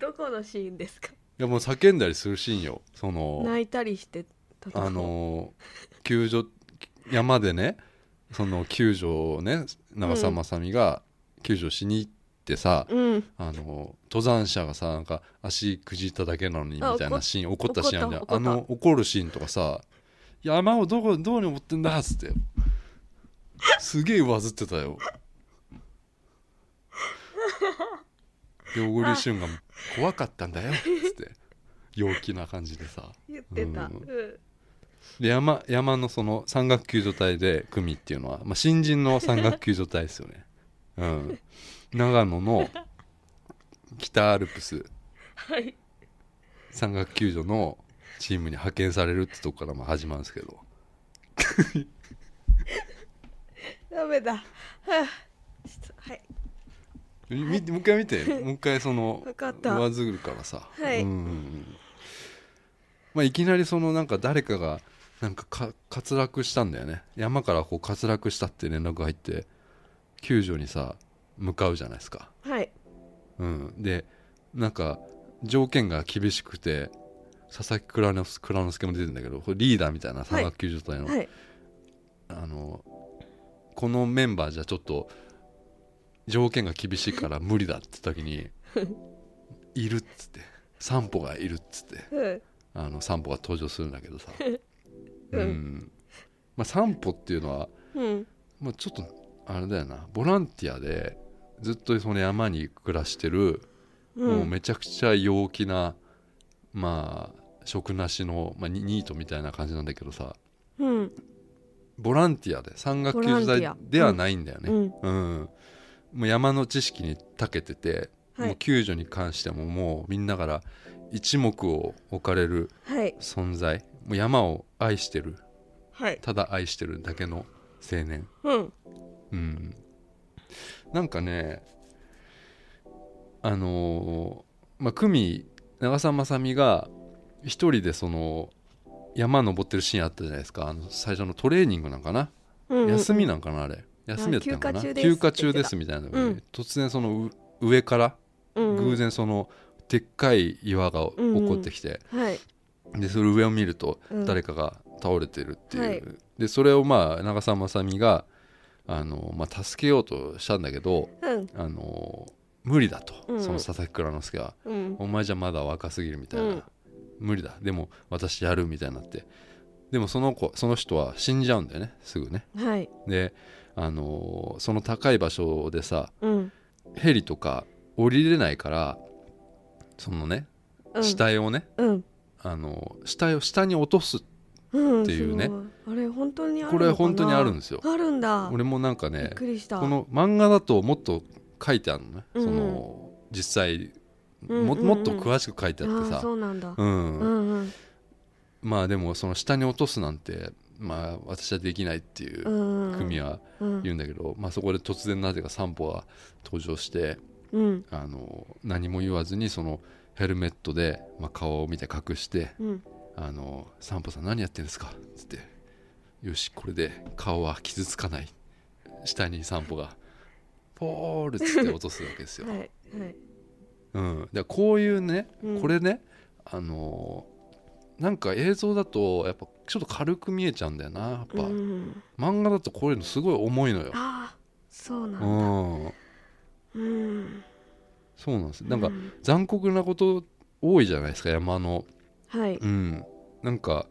S2: どこのシーンですか
S1: いやもう叫んだりするシーンよその
S2: 泣いたりしてたとこ
S1: あのー救助山でねその救助をね長澤まさみが救助しに行ってさ、
S2: うん
S1: あの登山者がさなんか足くじっただけなのにみ
S2: あ
S1: たいなシーン怒
S2: 怒
S1: ったシーンあるじゃん
S2: 怒った
S1: あの怒るシーンとかさ「山をどこどうに持ってんだ」っつってすげえ上ずってた よで小栗旬が「怖かったんだよ」っつって陽気な感じでさ
S2: 言ってた
S1: う
S2: うんん
S1: で山山のその山岳救助隊で組っていうのは、まあ、新人の山岳救助隊ですよねうん長野の北アルプス
S2: はい
S1: 山岳救助のチームに派遣されるってとこからまあ始まるんですけど
S2: ダメだはあちょっとはい
S1: み見てもう一回見てもう一回その
S2: わかった
S1: 上ずるからさ、
S2: はい
S1: うんうんうんまあ、いきなりそのなんか誰かがなんかか滑落したんだよね山からこう滑落したって連絡が入って救助にさ向かうじゃないですか、
S2: はい
S1: うん、でなんか条件が厳しくて佐々木蔵之介蔵之介も出てるんだけどこれリーダーみたいな山岳救助隊の、
S2: はい
S1: あのこのメンバーじゃちょっと条件が厳しいから無理だって時にいるっつって散歩がいるっつって
S2: うん
S1: あの散歩が登場するんだけどさ
S2: う
S1: うんんまあ散歩っていうのは、
S2: うん
S1: まあ、ちょっとあれだよなボランティアでずっとその山に暮らしてる、
S2: う
S1: もうんめちゃくちゃ陽気なまあ食なしの、まあ、ニニートみたいな感じなんだけどさ
S2: うん
S1: ボランティアで山岳救
S2: ボラン
S1: 助
S2: ティア
S1: 隊ではないんだよね、
S2: うん
S1: うん、もう山の知識に長けてて、
S2: はい
S1: もう救助に関してももうみんなから一目を置かれる
S2: はい
S1: 存在もう山を愛してる
S2: はい
S1: ただ愛してるだけの青年
S2: うん
S1: うんなんかねあのーまあ久美長澤まさみが一人でその山登ってるシーンあったじゃないですかあの最初のトレーニングなんかな
S2: うんうん
S1: 休みなんかなあれ休みだったのかな
S2: あ休暇中です
S1: 休暇中ですみたいなのに、
S2: うん
S1: 突然そのう上から
S2: うんうん
S1: 偶然そのでっかい岩が起こってきて、
S2: はい
S1: でそれ上を見ると
S2: うん
S1: 誰かが倒れてるって
S2: は
S1: い
S2: い
S1: うでそれをまあ長澤まさみがあの、まあ、助けようとしたんだけど
S2: うん
S1: あの無理だと、
S2: うん
S1: その佐々木蔵之介は
S2: うん
S1: お前じゃまだ若すぎるみたいな、
S2: うん
S1: 無理だでも私やるみたいになってでもその子その人は死んじゃうんだよねすぐね
S2: はい
S1: であのーその高い場所でさ
S2: うん
S1: ヘリとか降りれないからそのね
S2: うん
S1: 死体をね、
S2: うん
S1: あのー死体を下に落とす
S2: うん
S1: っていうね
S2: すごいあれ本当にあるのか
S1: こ
S2: な
S1: れ本当にあるんですよ
S2: あるんだ
S1: 俺もなんか
S2: びっ
S1: ね
S2: くりした
S1: この漫画だともっと書いてあるのね、
S2: うん
S1: その実際
S2: うんうんうん
S1: ももっと詳しく書いてあって
S2: あー
S1: さ
S2: そうなんだ
S1: うん
S2: うんうん
S1: まあでもその下に落とすなんてまあ私はできないっていううん
S2: うん
S1: 組は
S2: うん
S1: 言うんだけど、まあ、そこで突然なぜか散歩が登場して
S2: うん
S1: あの何も言わずにそのヘルメットで、まあ、顔を見て隠して
S2: うん
S1: 「あの散歩さん何やってんですか?」っつって「よしこれで顔は傷つかない」下に散歩が「ポール」っつって落とすわけですよ。
S2: はいはい
S1: うん、でこういうね
S2: うん
S1: これね、あのなんか映像だとやっぱちょっと軽く見えちゃうんだよなやっぱ、
S2: うん
S1: 漫画だとこういうのすごい重いのよ。
S2: ああそうなん
S1: う
S2: だ
S1: ん、
S2: うん
S1: そうなんですなんか
S2: う
S1: 残酷なこと多いじゃないですか山の
S2: はい
S1: うん、なんか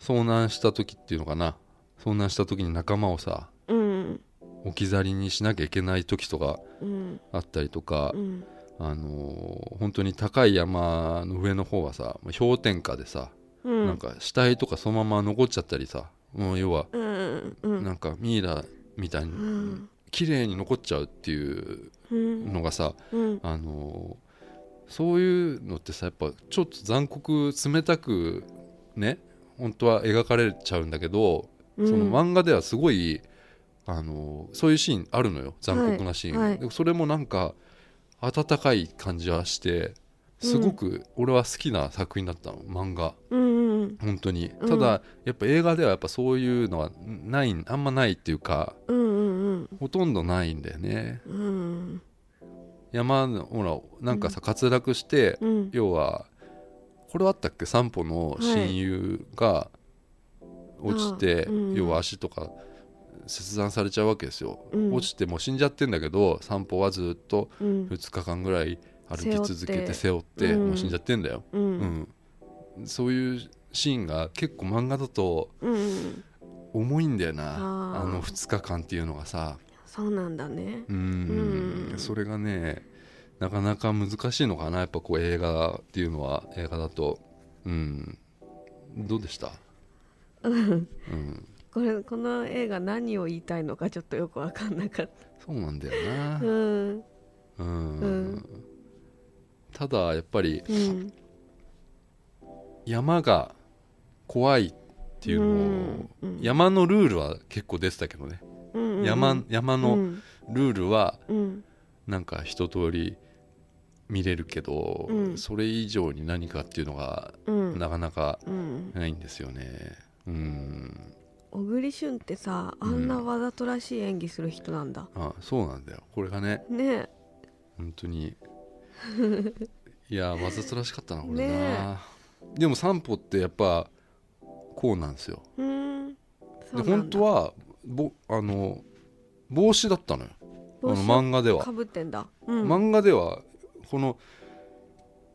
S1: 遭難した時っていうのかな遭難した時に仲間をさ
S2: うん
S1: 置き去りにしなきゃいけない時とか
S2: うん
S1: あったりとか
S2: う、ん
S1: あのー本当に高い山の上の方はさ氷点下でさ、
S2: うん
S1: なんか死体とかそのまま残っちゃったりさもう要は
S2: うんうん
S1: なんかミイラみたいに、
S2: うん
S1: 綺麗に残っちゃうっていう
S2: うん
S1: のがさ、
S2: うん
S1: あのーそういうのってさやっぱちょっと残酷冷たくね本当は描かれちゃうんだけど、
S2: うん
S1: その漫画ではすごい、あのーそういうシーンあるのよ残酷なシーン、
S2: はいはい
S1: でそれもなんか温かい感じはしてすごく俺は好きな作品だったの漫画
S2: うんうん
S1: 本当に
S2: うん
S1: ただ、やっぱ映画ではやっぱそういうのはないあんまないっていうか
S2: うんうん
S1: ほとんどないんだよね
S2: うんうん
S1: 山のほらなんかさ滑落して、
S2: うん
S1: 要はこれあったっけ散歩の親友が落ちて、
S2: ああうん
S1: 要は足とか切断されちゃうわけですよ、
S2: うん
S1: 落ちてもう死んじゃってんだけど散歩はずっと
S2: うん
S1: 2日間ぐらい歩き続けて
S2: 背
S1: 背負って
S2: うん
S1: もう死んじゃってんだよ、
S2: うんうん
S1: うんそういうシーンが結構漫画だと
S2: うん
S1: 重いんだよな
S2: ああ
S1: あの2日間っていうのがさ
S2: そうなんだね
S1: うん
S2: うん
S1: それがねなかなか難しいのかなやっぱこう映画っていうのは映画だとうんどうでしたうん
S2: これこの映画何を言いたいのかちょっとよく分かんなかっ
S1: そうなんだよな
S2: たうん
S1: うん、
S2: うん
S1: ただやっぱり
S2: うん
S1: 山が怖いっていうのを、
S2: うんうん
S1: 山のルールは結構出てたけどね、
S2: うんうん
S1: 山山
S2: う
S1: の
S2: ん
S1: ルールは
S2: うん
S1: なんか一通り見れるけど、
S2: うん
S1: それ以上に何かっていうのが
S2: うん
S1: なかなか
S2: うん
S1: ないんですよねうん
S2: 小栗旬ってさあんなわざとらしい演技する人なんだ、
S1: あそうなんだよこれがね
S2: ね
S1: 本当 にいやわざとらしかったなこれな、
S2: ね
S1: でも散歩ってやっぱこうなんですよ
S2: えうん
S1: で本当
S2: は
S1: はぼあの帽子だったのよあの漫画では
S2: か、ぶってんだうん、
S1: 漫画ではこの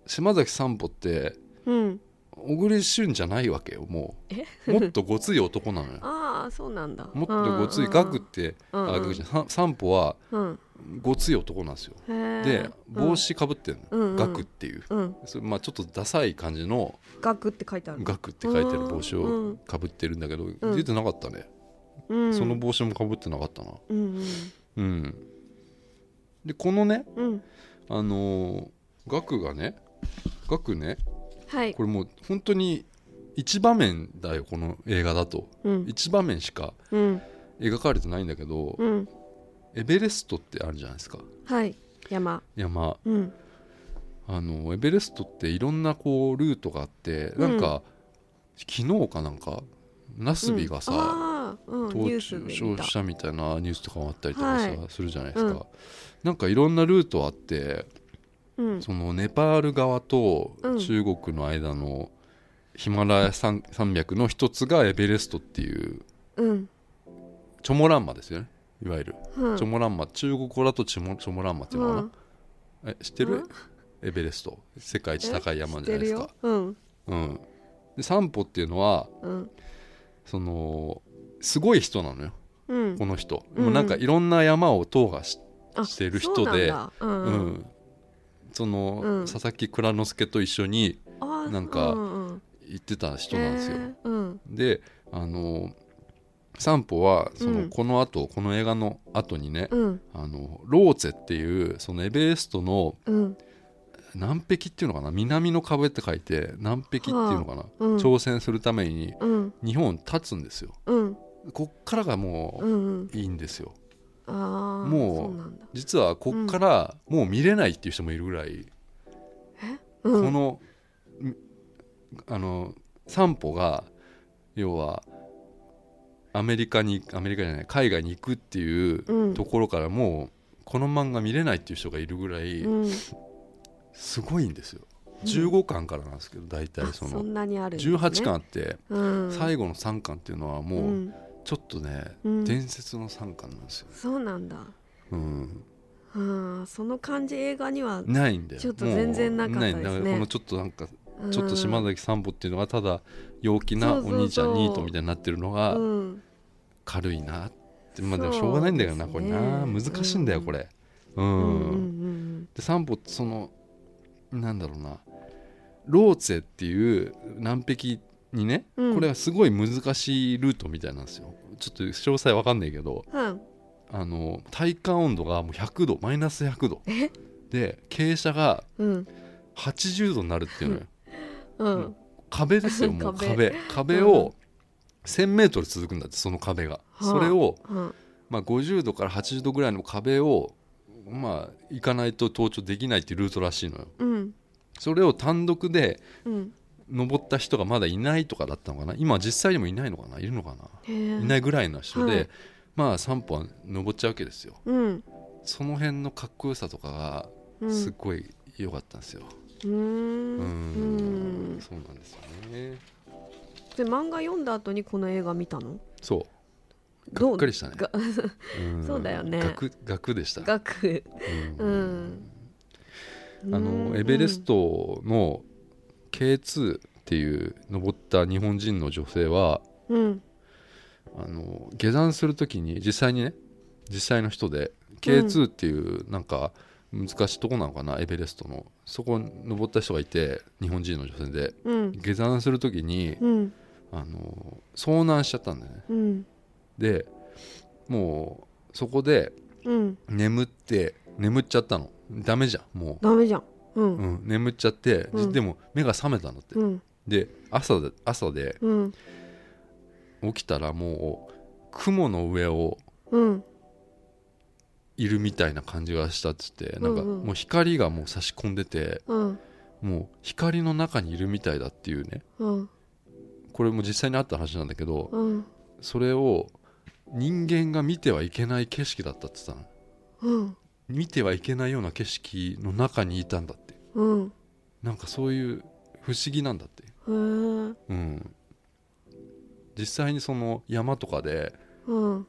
S1: 島崎散歩って
S2: うん、
S1: 小栗旬じゃないわけよも
S2: え
S1: うもっとごつい男なのよ
S2: ああそうなんだ
S1: もっとごついガクって
S2: うんうん
S1: あガクじゃないさ散歩は
S2: うん
S1: ごつい男なんですよ
S2: へえ
S1: で帽子かぶってんの、
S2: うんうん
S1: ガクっていう
S2: うん、うん、
S1: それまあちょっとダサい感じの
S2: ガクって書いてある
S1: ガクって書いてる帽子を
S2: うん
S1: かぶってるんだけど、
S2: うん
S1: 出てなかったね、
S2: うん
S1: その帽子もかぶってなかったな
S2: うんうん
S1: うんでこのね
S2: うん
S1: あのーガクがねガクね
S2: はい
S1: これもう本当に一場面だよこの映画だと
S2: うん
S1: 一場面しか
S2: うん
S1: 描かれてないんだけど、
S2: うん
S1: エベレストってあるじゃないですか
S2: はい山
S1: 山
S2: うん
S1: あのエベレストっていろんなこうルートがあってなんか、昨日かなんかナスビが
S2: うん
S1: さ、
S2: あーうん、ニュー
S1: 登
S2: スで見
S1: 頂
S2: た
S1: したみたいなニュースとかもあったりとかさ、
S2: はい
S1: するじゃないですか、
S2: うん
S1: なんかいろんなルートあって
S2: うん
S1: そのネパール側と
S2: うん
S1: 中国の間のヒマラヤ山山脈の一つがエベレストっていう
S2: うん
S1: チョモランマですよねいわゆる、
S2: うん
S1: チョモランマ中国語だとチョモチョモランマっていうのかな、え知ってる、エベレスト世界一高い山じゃないです
S2: 知っ
S1: か
S2: て、るようん
S1: うん、で三歩っていうのは
S2: うん
S1: そのすごい人なのよ
S2: うん
S1: この人、
S2: うん
S1: もうなんかいろんな山を踏破し、
S2: あ
S1: してる人で
S2: そうなんだ
S1: う
S2: うんんうん
S1: その、
S2: うん
S1: 佐々木蔵之介と一緒に
S2: あー
S1: なんか
S2: うううん
S1: 行ってた人なんですよ、
S2: へーうん
S1: であの散歩はその、
S2: うん
S1: この後この映画の後にね、
S2: うん
S1: あのローツェっていうそのエベレストの
S2: うん
S1: 南壁っていうのかな南の壁って書いて南壁っていうのかな、
S2: うん
S1: 挑戦するために
S2: うん
S1: 日本立つんですよ
S2: うん
S1: こっからがも
S2: うんうん
S1: ういいんですよ、
S2: ああ
S1: もう
S2: そうなんだ
S1: 実はこっからもう見れないっていう人もいるぐらい、
S2: うん
S1: このんあの散歩が要はアメリカにアメリカじゃない海外に行くっていううんところからもうこの漫画見れないっていう人がいるぐらい
S2: うん
S1: すごいんですよ、
S2: うん
S1: 15巻からなんですけど大体
S2: あ
S1: そ
S2: そ
S1: の
S2: んなにあるんですね
S1: 18巻あって
S2: うん
S1: 最後の3巻っていうのは
S2: う
S1: もうんちょっとね
S2: うん
S1: 伝説の3巻なんですよ、
S2: そうなんだ
S1: うん、
S2: うんその感じ映画には
S1: ないんだよ
S2: ちょっと全然なかったですね
S1: もうないだらこのちょっとなんか
S2: うん
S1: ちょっと島崎三歩っていうのがただ陽気な
S2: そ
S1: お
S2: うそうそう
S1: 兄ちゃんニートみたいになってるのが
S2: うん
S1: 軽いなってまあでも
S2: そう
S1: しょうがないんだよな
S2: です
S1: こ
S2: ね
S1: れな難しいんだよこれう
S2: うんんうんうん
S1: で三歩ってそのなんだろうなローツェっていう南壁にね
S2: うん
S1: これはすごい難しいルートみたいなんですよちょっと詳細わかんないけど
S2: うん
S1: あの体感温度がもう100度マイナス100度で傾斜が
S2: うん
S1: 80度になるっていうのよ
S2: うん
S1: 壁ですよもう
S2: 壁
S1: 壁壁を1 0 0 0ル続くんだってその壁が、
S2: あ
S1: それを、
S2: うん
S1: まあ、50度から80度ぐらいの壁をまあ行かないと登頂できないっていうルートらしいのよ
S2: うん
S1: それを単独で
S2: うん
S1: 登った人がまだいないとかだったのかな今実際にもいないのかないるのかな、
S2: へえ
S1: いないぐらいの人で、
S2: はい
S1: まあ3歩は登っちゃうわけですよ
S2: うん
S1: その辺のかっこよさとか
S2: う
S1: が
S2: ん
S1: すっごい良かったんですよ、
S2: うーん
S1: うん
S2: うん
S1: そうなんですよね
S2: で漫画読んだ後にこの映画見たの
S1: そう
S2: ど
S1: が
S2: う
S1: っかりしたね
S2: が
S1: うん
S2: そうだよね
S1: 額額でした。う
S2: 学うんん
S1: あのエベレストの K2 っていう登った日本人の女性は
S2: うん
S1: あの下山するときに実際にね実際の人で K2 っていうなんか難しいとこなのかなエベレストのそこに登った人がいて日本人の女性で
S2: うん
S1: 下山するときに
S2: うん
S1: あの遭難しちゃったんだよね
S2: うん
S1: でもうそこで
S2: うん
S1: 眠って眠っちゃったのダメじゃんもう
S2: ダメじゃんう
S1: うんん、眠っちゃって、
S2: うん
S1: でも目が覚めたんだって、
S2: うん
S1: で朝で朝で
S2: うん
S1: 起きたらもう雲の上を
S2: うん
S1: いるみたいな感じがしたっつってなんか
S2: うんうん
S1: もう光がもう差し込んでて
S2: うん
S1: もう光の中にいるみたいだっていうね
S2: うん
S1: これも実際にあった話なんだけど
S2: うん
S1: それを人間が見てはいけない景色だったって言ってたの
S2: うん
S1: 見てはいけないような景色の中にいたんだって
S2: うん
S1: なんかそういう不思議なんだって、
S2: へえ
S1: うん、実際にその山とかで
S2: うん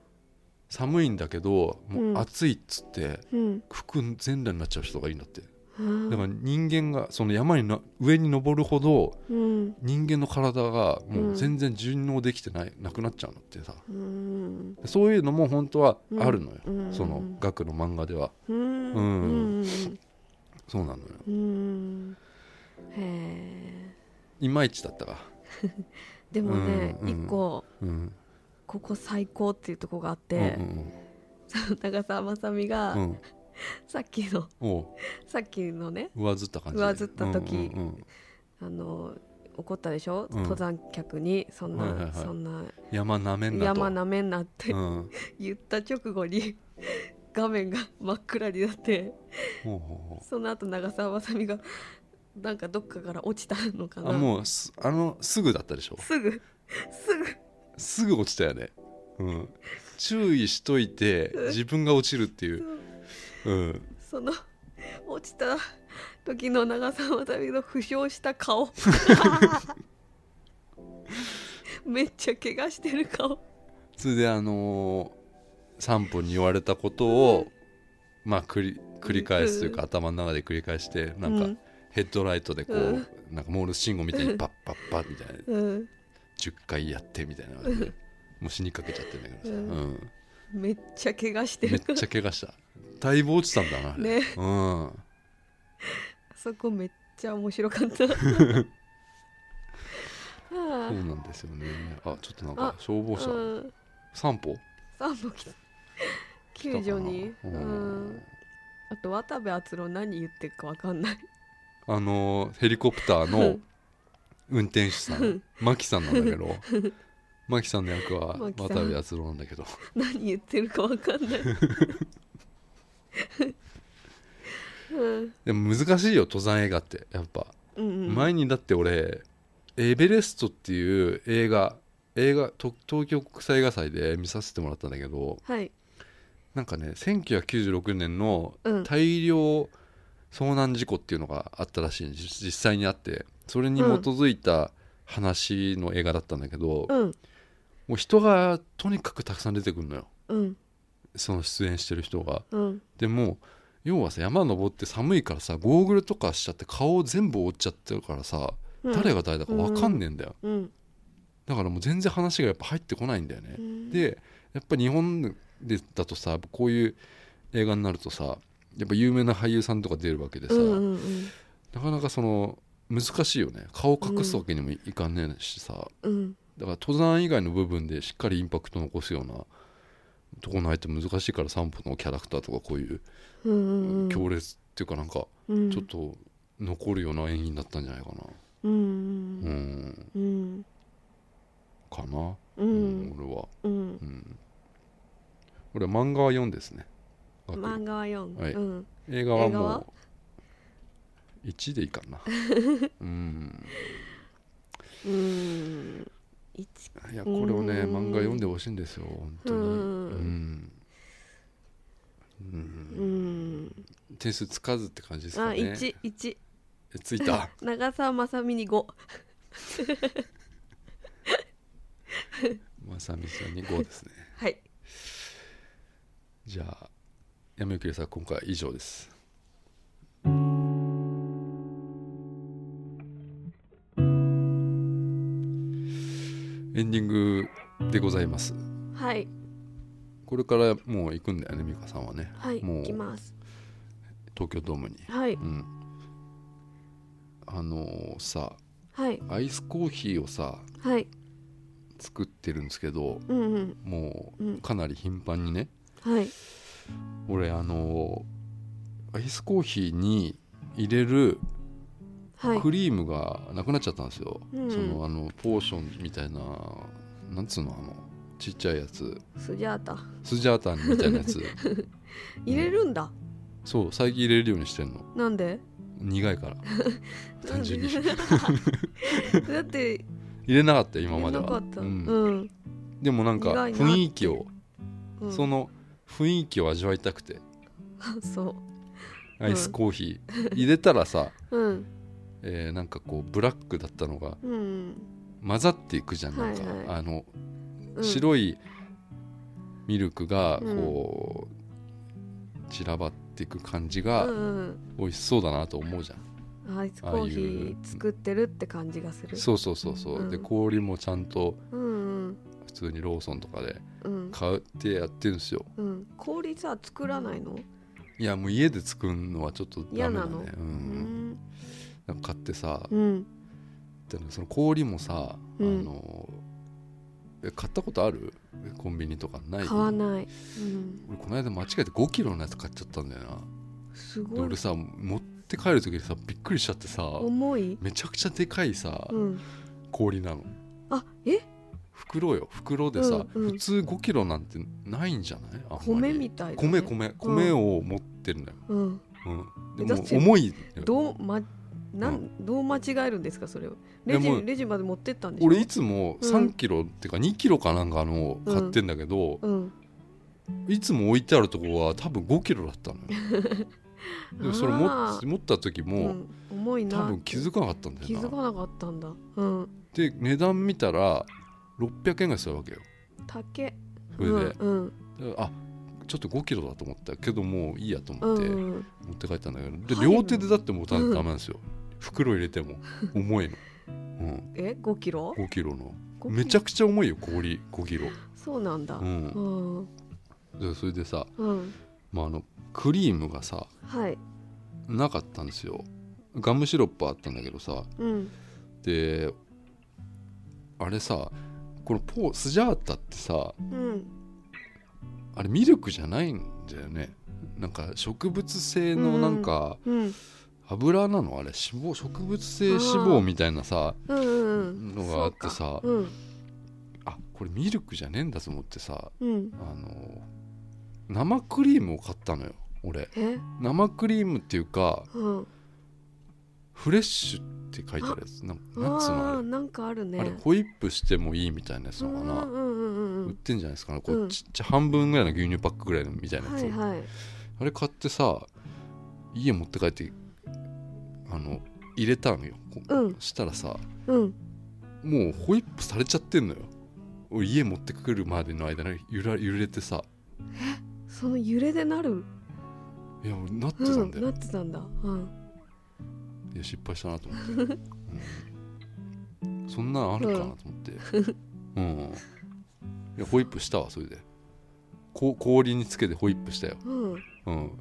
S1: 寒いんだけどもううん暑いっつって
S2: うん
S1: 服全裸になっちゃう人がいるんだって
S2: うん
S1: だから人間がその山にな上に登るほど
S2: うん
S1: 人間の体がも
S2: うん
S1: う全然順応できてない、なくなっちゃうんだってさ
S2: うん
S1: そういうのも本当はあるのよ、
S2: うん
S1: その学の漫画では
S2: うん
S1: う
S2: うんん
S1: そうなのよ
S2: うんへえ
S1: いまいちだったか
S2: でもね
S1: うんうん
S2: 一個
S1: うん
S2: ここ最高っていうとこがあっ
S1: う
S2: て
S1: ん
S2: 長澤まさみが
S1: うんうん
S2: さっきの
S1: おう
S2: さっきのね
S1: 上ずった感じ
S2: 上ずった時
S1: うんうん
S2: あの怒ったでしょ、
S1: うん
S2: 登山客にそんな、
S1: はいはいはい
S2: そんな
S1: うん山なめんなと
S2: 山なめんなって
S1: うん
S2: 言った直後に 画面が真っ暗になって
S1: ほう ほうほ
S2: その後長澤まさみがなんかどっかから落ちたのか
S1: う
S2: な
S1: あもうすあのすぐだったでしょ
S2: すぐすぐ
S1: すぐ落ちたよね、うん、注意しといて
S2: うん
S1: 自分が落ちるっていう、うん、
S2: その落ちた時の長澤まさみの負傷した顔 めっちゃ怪我してる顔
S1: それであのー散歩に言われたことを、まあ繰り繰り返すというか、頭の中で繰り返してなんか、
S2: うん
S1: ヘッドライトでこう、
S2: うん
S1: なんかモールス信号みたいにパッパッパッみたいな
S2: うん、
S1: 10回やってみたいな感じでもう死にかけちゃってるんだけどさ、
S2: う
S1: うんん
S2: めっちゃ怪我して
S1: めっ
S2: る
S1: ちゃ怪我しただいぶ落ちたんだなあれ、
S2: ね
S1: うん
S2: そこめっちゃ面白 かったあ
S1: そう
S2: ー
S1: なんですよねあちょっとなんか
S2: あ
S1: 消防車、
S2: うん
S1: 散歩
S2: 三歩来た
S1: 来た
S2: 救
S1: かな
S2: 助に、う
S1: うんん
S2: あと渡部篤郎何言ってるかわかんない
S1: あのヘリコプター
S2: う
S1: の
S2: ん
S1: 運転手さんマキさんなんだけどマキさんの役は
S2: マキさん
S1: 渡部篤郎なんだけど
S2: 何言ってるかわかん ないうん
S1: でも難しいよ登山映画ってやっぱ、
S2: うんうん
S1: 前にだって俺エベレストっていう映画映画と東京国際映画祭で見させてもらったんだけど
S2: はい
S1: なんかね1996年の
S2: うん
S1: 大量遭難事故っていうのがあったらしいじ実際にあってそれに基づいた話の映画だったんだけど、
S2: うん
S1: もう人がとにかくたくさん出てくるのよ
S2: うん
S1: その出演してる人が
S2: うん
S1: でも要はさ山登って寒いからさゴーグルとかしちゃって顔を全部覆っちゃってるからさ、誰が誰だか分かんねえんだよ、
S2: うん
S1: だからもう全然話がやっぱ入ってこないんだよね、でやっぱ日本でだとさこういう映画になるとさやっぱ有名な俳優さんとか出るわけでさ、
S2: うんうんうん
S1: なかなかその難しいよね顔隠すわけにもいかんねえしさ、
S2: うん
S1: だから登山以外の部分でしっかりインパクト残すようなとこないと難しいから散歩のキャラクターとかこういう
S2: うんうんうん
S1: 強烈っていうかなんか
S2: うん
S1: ちょっと残るような演技になったんじゃないかな
S2: う
S1: うんん
S2: うんうん
S1: かな、
S2: う
S1: うん俺は
S2: うん
S1: うん俺は漫画は読んですね学
S2: 漫画は4、
S1: はい
S2: うん
S1: 映画は
S2: 映画
S1: も
S2: は
S1: う1でいい かなうん
S2: うん一
S1: いやこれをね
S2: うん
S1: 漫画読んでほしいんですよ本当に
S2: う
S1: うんん、う、
S2: うんん
S1: 点数つかずって感じですか
S2: あ
S1: ね
S2: 一一
S1: えついた
S2: 長澤まさみに5
S1: まさみさんに5ですね
S2: はい
S1: じゃあ山ゆきりさん今回は以上ですエンディングでございます
S2: はい
S1: これからもう行くんだよね美香さんはね
S2: はい
S1: もう
S2: 行きます
S1: 東京ドームに
S2: はい
S1: うんあのーさ
S2: はい
S1: アイスコーヒーをさ
S2: はい
S1: 作ってるんですけど
S2: うんうん
S1: も
S2: うん
S1: うかなり頻繁にね
S2: はい
S1: 俺あのーアイスコーヒーに入れる
S2: はい
S1: クリームがなくなっちゃったんですよ、
S2: うん
S1: そのあのポーションみたいななんつうのあのちっちゃいやつ
S2: スジャータ
S1: スジャータンみたいなや つ
S2: 入れるんだ、
S1: そう最近入れるようにしてんの
S2: なんで
S1: 苦いから単純に入
S2: だって
S1: れなかったよ今
S2: 入
S1: ま
S2: れ
S1: で
S2: な
S1: は
S2: かったう
S1: うん
S2: ん
S1: でもなんか
S2: 苦いなって
S1: 雰囲気を、
S2: うん
S1: その雰囲気を味わいたくて
S2: そ
S1: アイスコーヒー、入れたらさ、
S2: ううん
S1: えーなんかこうブラックだったのが
S2: うん
S1: 混ざっていくじゃんなんか、
S2: はいはい
S1: あの
S2: うん
S1: 白いミルクが
S2: うん
S1: こう散らばっていく感じ
S2: う
S1: が
S2: ん
S1: 美味しそうだなと思うじゃん、
S2: うんアイスコーヒ
S1: ああい
S2: ー
S1: う
S2: 作ってるって感じがする
S1: そうそうそうそう、
S2: うん
S1: で氷もちゃんと
S2: うん
S1: 普通にローソンとかで
S2: うんうん
S1: 買ってやってるんですよ
S2: うん氷さ作らないの
S1: いやもう家で作るのはちょっとダメだ
S2: 嫌なの
S1: ねう、
S2: うんん
S1: なんか買ってさ、
S2: うん
S1: でもその氷もさ、
S2: うん
S1: あのえ買ったことあるコンビニとかない
S2: 買わないうん
S1: 俺この間間違えて5キロのやつ買っちゃったんだよな
S2: す
S1: で
S2: ごい
S1: 俺さ持って帰る時にさびっくりしちゃってさ
S2: 重い
S1: めちゃくちゃでかいさ、
S2: うん
S1: 氷なの
S2: あえ
S1: 袋よ袋でさ、
S2: うんうん
S1: 普通5キロなんてないんじゃないあんまり
S2: 米みたいだね
S1: 米米米を持ってるのよ、
S2: うん
S1: うん、
S2: え
S1: で
S2: だ
S1: も
S2: って
S1: 重いのよ
S2: どうまなん、
S1: う
S2: どう間違えるんですかそれをレジ
S1: でも
S2: レジまで持ってったんでしょ
S1: 俺いつも3キロ、っていうか2キロかなんかの
S2: うん
S1: 買ってんだけど、
S2: うん
S1: いつも置いてあるとこは多分5キロだったのよでもそれ持
S2: あ
S1: っ
S2: ー
S1: 持った時も、
S2: うん、重いな
S1: 多分気づかなかったんだ
S2: 気
S1: よ
S2: づ
S1: な
S2: かなかったんだうん
S1: で値段見たら600円がするわけよ
S2: 竹
S1: 上で、
S2: うん
S1: あちょっと5キロだと思ったけどもういいやと
S2: う
S1: 思
S2: ん
S1: って
S2: う
S1: 持
S2: ん
S1: って帰ったんだけど、で
S2: 入る
S1: 両手でだって持たないとダメなんですよ、袋入れても重いの、うん、
S2: え5キロ
S1: 5キロの
S2: 5キロ
S1: めちゃくちゃ重いよ氷5キロ、
S2: そうなんだ
S1: う、
S2: うんん
S1: でそれでさ、
S2: うん
S1: まあ、あのクリームがさ
S2: はい
S1: なかったんですよガムシロップあったんだけどさ
S2: うん
S1: であれさこのポースジャータってさ
S2: うん
S1: あれミルクじゃないんだよねなんか植物性のなんか
S2: うん
S1: 油なのあれ脂肪植物性脂肪みたいなさ
S2: うんうん
S1: のがあってさ
S2: うん
S1: あこれミルクじゃねえんだと思ってさ
S2: うん
S1: あの生クリームを買ったのよ俺
S2: え
S1: 生クリームっていうか
S2: うん
S1: フレッシュって書いてあるやつなんなんつうのあ
S2: あ
S1: れ
S2: ーなんかあるね
S1: あれホイップしてもいいみたいなやつなのか
S2: う
S1: なん
S2: うんうん
S1: 売っ
S2: う
S1: てんじゃないですかねこう
S2: うん
S1: ちっちゃい半分ぐらいの牛乳パックぐらいのみたい
S2: ん
S1: なや
S2: は
S1: つ、
S2: いはい
S1: あれ買ってさ家持って帰ってあの入れたのよこ
S2: うん
S1: したらさ
S2: うん
S1: もうホイップされちゃってんのよ俺家持ってくるまでの間に揺ら揺れてさ
S2: その揺れでなる
S1: いや俺なってた
S2: うんん
S1: だよ、
S2: なってたんだうん
S1: いや失敗したなと思って、うんそんなんあるかなと思っ てうん、いやホイップしたわそれでこ氷につけてホイップしたよ、
S2: うん
S1: うん、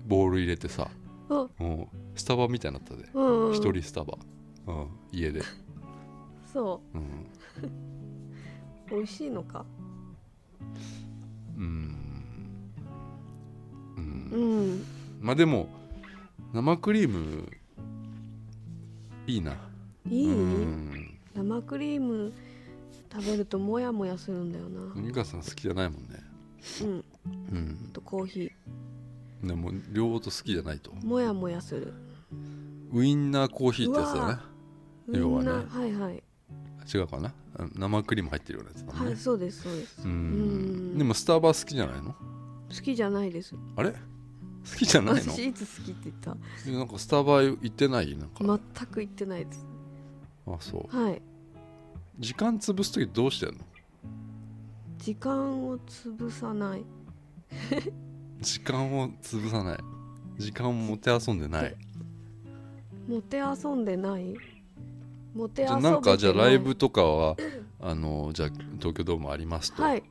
S1: ボール入れてさ、
S2: あ
S1: うん、スタバみたいになったで
S2: うんうん
S1: 一、人スタバ、うん、家で、
S2: そ
S1: うん、
S2: う美味しいのか
S1: うーんう
S2: うんん
S1: まあでも生クリームいいない
S2: い
S1: うん
S2: 生クリーム食べるとモヤモヤするんだよなう
S1: 美香さん好きじゃないもんね
S2: ん
S1: うん
S2: とコーヒ
S1: でも両方と好きじゃないと
S2: ーモヤモヤする
S1: ウインナーコーヒーってやつだ
S2: う
S1: ね
S2: わ
S1: 要はね
S2: みんなはいはい
S1: 違うかなあの生クリーム入ってるようなやつだもん
S2: は
S1: ね、
S2: いそうですそうです
S1: う
S2: うん
S1: んでもスターバー好きじゃないの
S2: 好きじゃないです
S1: あれ好きじゃないの
S2: 私いつ好きって言った
S1: なんかスタバ行ってないなんか、
S2: 全く言ってないです
S1: あそう
S2: はい
S1: 時間潰す時どうしてんの
S2: 時間を潰さない
S1: 時間を潰さない時間をもてあそんでない
S2: モテ遊んでないモテ
S1: じ
S2: 遊
S1: ゃあ
S2: ん
S1: なんかじゃあライブとかはあのじゃあ東京ドームありますと、
S2: はい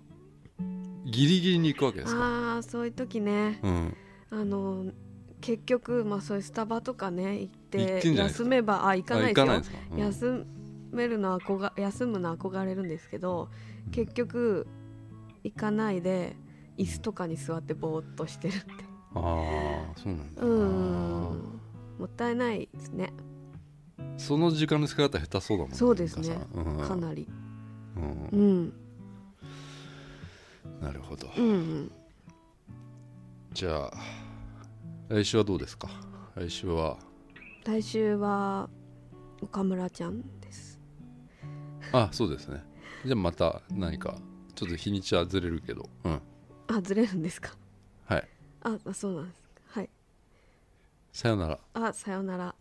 S1: ギリギリに行くわけですか
S2: ああーそういう時ね
S1: うん
S2: あの結局まあそういうスタバとかね行っ
S1: 行
S2: て
S1: ってんじゃないですか
S2: 休めばあ行か
S1: あ
S2: ない
S1: 行
S2: です
S1: か
S2: よ
S1: ないですか、うん
S2: 休めるの憧が休むの憧れるんですけど結局行かないで椅子とかに座ってぼーっとしてるって
S1: ああそうなんだ
S2: う
S1: なん
S2: もったいないですね
S1: その時間の使い方下手そうだもん
S2: そうですね
S1: なんかさうん
S2: かなり
S1: うん
S2: うん
S1: なるほど
S2: うんうん
S1: じゃあ来週はどうですか来週は
S2: 来週は岡村ちゃんです
S1: あそうですねじゃあまた何かちょっと日にちはずれるけどうん
S2: あずれるんですか
S1: はい
S2: ああそうなんですはい
S1: さよなら
S2: あさようなら